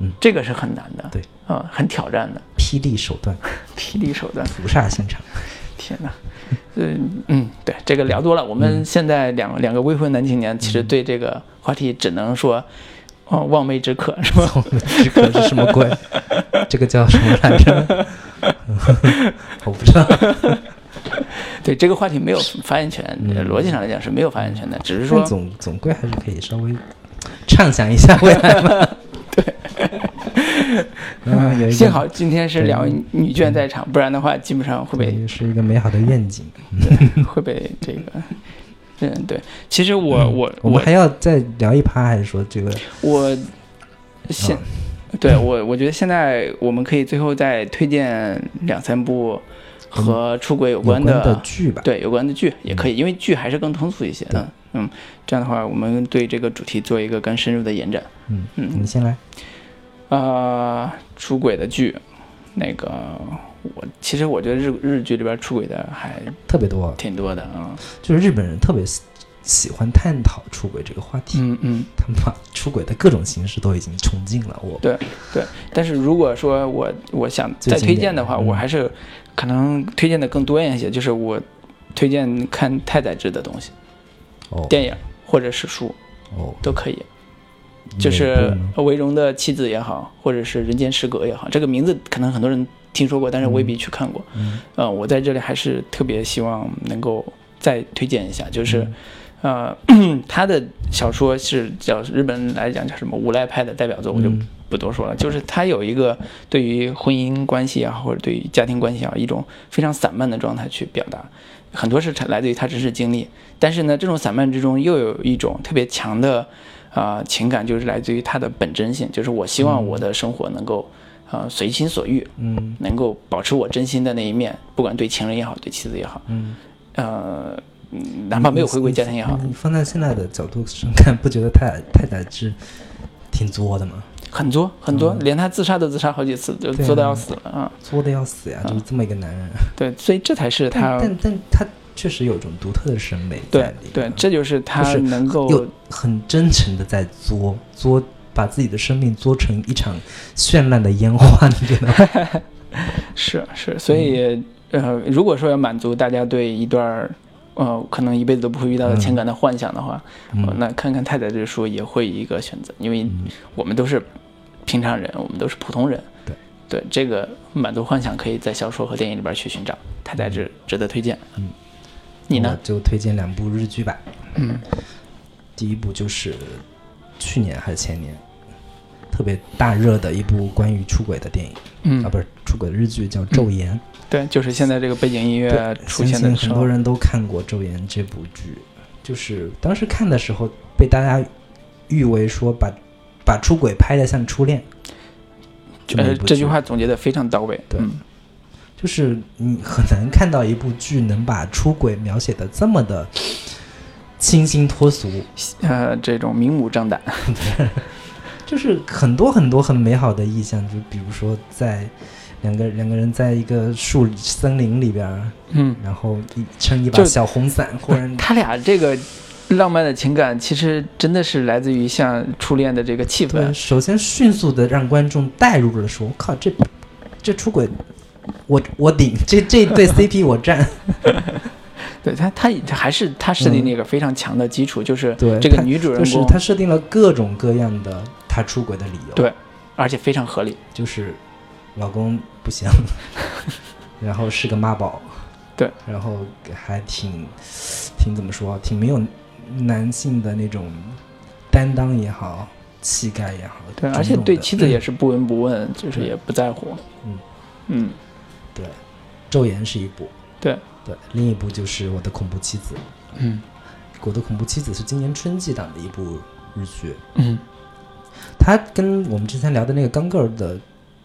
嗯
这个是很难的，
对，
啊、很挑战
<laughs>
的，
霹雳手段，
霹雳手段，
屠杀现场。
天哪，嗯嗯，对，这个聊多了。我
嗯
们现在两个两个未婚男青年，其实对这个话题只能说，哦，望梅止渴是吧？ <laughs>
这个是什么 <laughs> 鬼？这个叫什么来 <laughs> 着？我不知道。
对这个话题没有发言权，呃逻辑上来讲是没有发言权的，只是说
嗯但总总归还是可以稍微畅想一下未来嘛。 <laughs> 对，嗯，有一个
幸好今天是两位女
嗯
眷在场，不然的话，基本上会被
对是一个美好的愿景。
会被这个，嗯，对。其实我我
嗯我
我
们还要再聊一趴，还是说这个
我现
啊
对我我觉得现在我们可以最后再推荐两三部和出轨有
嗯有关
关的
的剧吧？，
对有关的剧也可以，因为剧还是更通俗一些的。嗯，这样的话，我们对这个主题做一个更深入的延展。
嗯，
嗯
你先来。
呃，出轨的剧，那个我其实我觉得日日剧里边出轨的还
特别多，
挺多的啊。
就是日本人特别喜喜欢探讨出轨这个话题，
嗯嗯，
他们把出轨的各种形式都已经穷尽了。我
对对。但是如果说我我想再推荐的话，
最经典的嗯
我还是可能推荐的更多元一些，就是我推荐看太宰治的东西，
哦
电影或者是书
哦，
都可以。就是韦荣的妻子也好，或者是人间失格也好，这个名字可能很多人听说过，但是未必去看过。
嗯
呃，我在这里还是特别希望能够再推荐一下，就是，
嗯
呃， <clears throat> 他的小说是叫日本人来讲叫什么无赖派的代表作，我就
嗯
不多说了。就是他有一个对于婚姻关系啊，或者对于家庭关系啊，一种非常散漫的状态去表达，很多是产来自于他真实经历。但是呢，这种散漫之中又有一种特别强的，啊情感就是来自于他的本真性，就是我希望我的生活能够。呃随心所欲，
嗯
能够保持我真心的那一面，不管对情人也好，对妻子也好，
嗯，
呃，嗯哪怕没有回归家庭也好
你，你放在现在的角度上看，不觉得太太宰治挺作的吗？
很作很作，连他自杀都自杀好几次，就
嗯对啊
作到要死了啊、
作的要死呀，就是这么一个男人。
对，所以这才是
但
他，
但但他确实有一种独特的审美在
对
里面，
对，这就是他
就是
能够
有很真诚的在作作，把自己的生命作成一场绚烂的烟花，你知道吗？
是是，所
嗯
以、呃，如果说要满足大家对一段儿呃可能一辈子都不会遇到的情感的幻想的话，呃
嗯
那看看太宰这书也会一个选择，因为
嗯
我们都是平常人，我们都是普通人。
对
对，这个满足幻想可以在小说和电影里边去寻找，太宰治值得推荐。
嗯，
你呢？
我就推荐两部日剧吧。
嗯，
第一部就是去年还是前年特别大热的一部关于出轨的电影、
嗯
啊，不是出轨的日剧，叫《昼颜》。
对，就是现在这个背景音乐出
相
现的
信
时
很
候
多，人都看过《昼颜》这部剧，就是当时看的时候被大家誉为说把把出轨拍得像初恋。么一
呃，
部
这
剧
句话总结的非常到位。
对
嗯
就是你很难看到一部剧能把出轨描写的这么的清新脱俗，
呃，这种明目张胆。
就是很多很多很美好的意象，就比如说在两个两个人在一个树里森林里边儿，
嗯，
然后一撑一把
就
小红伞，忽
<laughs>
然
他俩这个浪漫的情感，其实真的是来自于像初恋的这个气
对，
氛。
首先迅速的让观众带入了，说：“靠，这这出轨，我我顶，这这对 <laughs> CP 我站。
对他，他他还是他设定了一个非常强的基础，就是
对
这个
他
女主人
就是
公，
他设定了各种各样的他出轨的理由，
对，而且非常合理。
就是老公
<laughs>
不行，然后是个妈宝，
对，
然后还挺挺怎么说，挺没有男性的那种担当也好，气概也好，
对，而且
种种
对
的
妻子也是不闻不问，就是
对
也不在乎。
嗯
嗯，
对，昼颜是一部，
对
对，另一部就是我的恐怖妻子。
嗯
《我的恐怖妻子》是今年春季档的一部日剧，
嗯
它跟我们之前聊的那个《钢 girl》的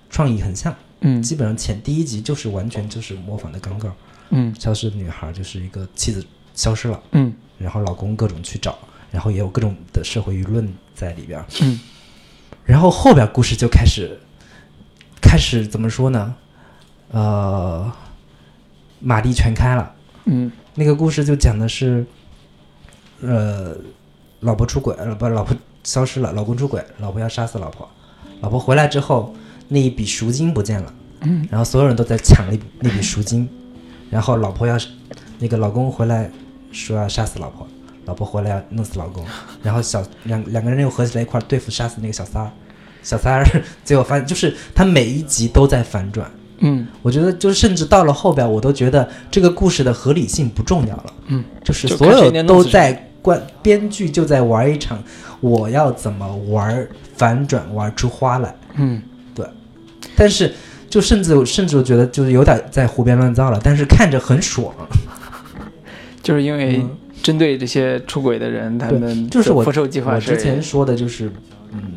创意很像，
嗯
基本上前第一集就是完全就是模仿的《钢 girl》，
嗯
消失的女孩就是一个妻子消失了，
嗯
然后老公各种去找，然后也有各种的社会舆论在里边儿，
嗯，
然后后边故事就开始开始怎么说呢？呃，马力全开了。
嗯
那个故事就讲的是，呃，老婆出轨，呃，不，老婆消失了，老公出轨，老婆要杀死老婆，老婆回来之后，那一笔赎金不见了，
嗯，
然后所有人都在抢那笔那笔赎金，然后老婆要是那个老公回来说要杀死老婆，老婆回来要弄死老公，然后小两两个人又合起来一块儿对付杀死那个小三儿，小三儿 <laughs> 最后发现就是他每一集都在反转，
嗯
我觉得就是甚至到了后边，我都觉得这个故事的合理性不重要了。
嗯，
就是
就
所
看谁
有
能弄
都
死谁
在关编剧就在玩一场我要怎么玩反转玩出花来，
嗯，
但是就甚至甚至我觉得就是有点在胡编乱造了，但是看着很爽。
就是因为
嗯
针对这些出轨的人，他们
对，就是
的
我
复仇计划
我
是
之前说的就是，嗯，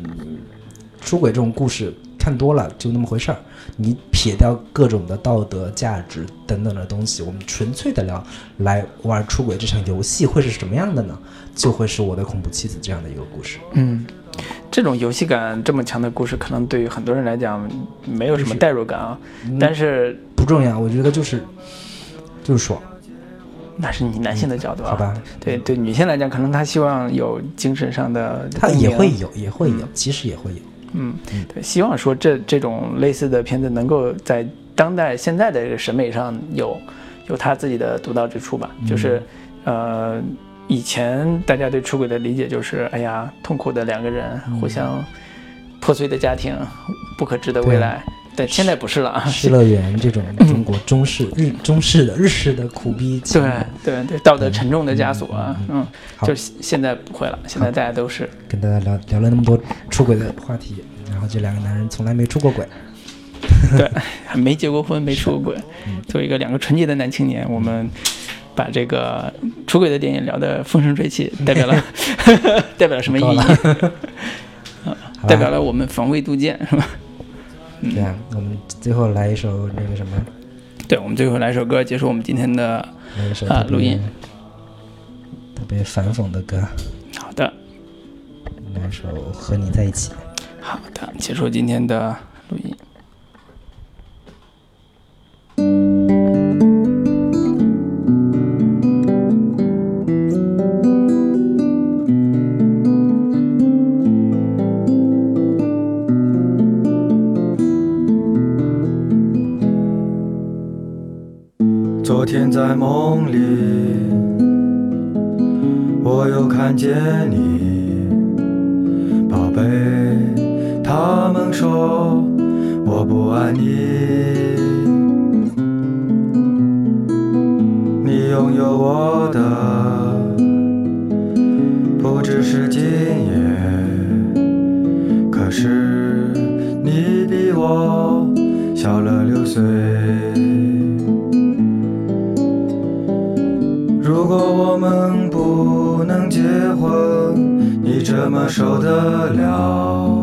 出轨这种故事看多了就那么回事儿。你撇掉各种的道德价值等等的东西，我们纯粹的聊来玩出轨这场游戏会是什么样的呢？就会是我的恐怖妻子这样的一个故事。
嗯，这种游戏感这么强的故事，可能对于很多人来讲没有什么代入感啊，
嗯
但是
不重要，我觉得就是就是爽，
那是你男性的角度啊，
好吧？
对对，女性来讲，可能她希望有精神上的
他
共鸣
也会有，也会有，其实也会有。
嗯，对，希望说这这种类似的片子能够在当代现在的这个审美上有有他自己的独到之处吧。
嗯
就是，呃，以前大家对出轨的理解就是，哎呀，痛苦的两个人，
嗯
互相破碎的家庭，不可知的未
对啊
来。但现在不是了啊，
失乐园这种中国中式日中式的日式的苦逼
<laughs>
情
对
感，
对对，道德沉重的枷锁啊，嗯，
好
就是现在不会了，现在大家都是
跟大家聊聊了那么多出轨的话题，然后这两个男人从来没出过轨，
<laughs> 没结过婚，没出过轨，作为一个两个纯洁的男青年，我们把这个出轨的电影聊得风生水起，代表了代表了什么意 <laughs>
够
义
了？
代表了我们防卫杜渐，是吧？
对啊，我们最后来一首那个什么，
对，我们最后来一首歌，结束我们今天的。
来一首
啊
特别
录音
特别反讽的歌，
好的，
来一首《和你在一起》。
好的，结束今天的录音。
昨天在梦里，我又看见你，宝贝。他们说我不爱你，你拥有我的不只是今夜，可是你比我小了六岁。如果我们不能结婚，你怎么受得了？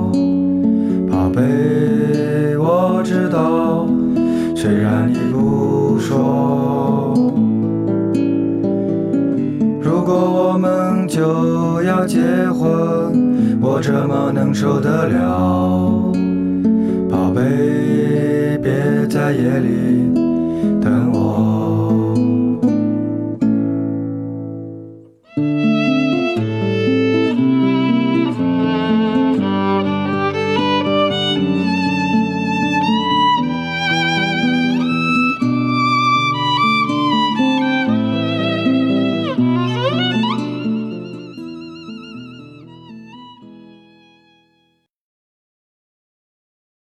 宝贝，我知道，虽然你不说。如果我们就要结婚，我怎么能受得了？宝贝，别在夜里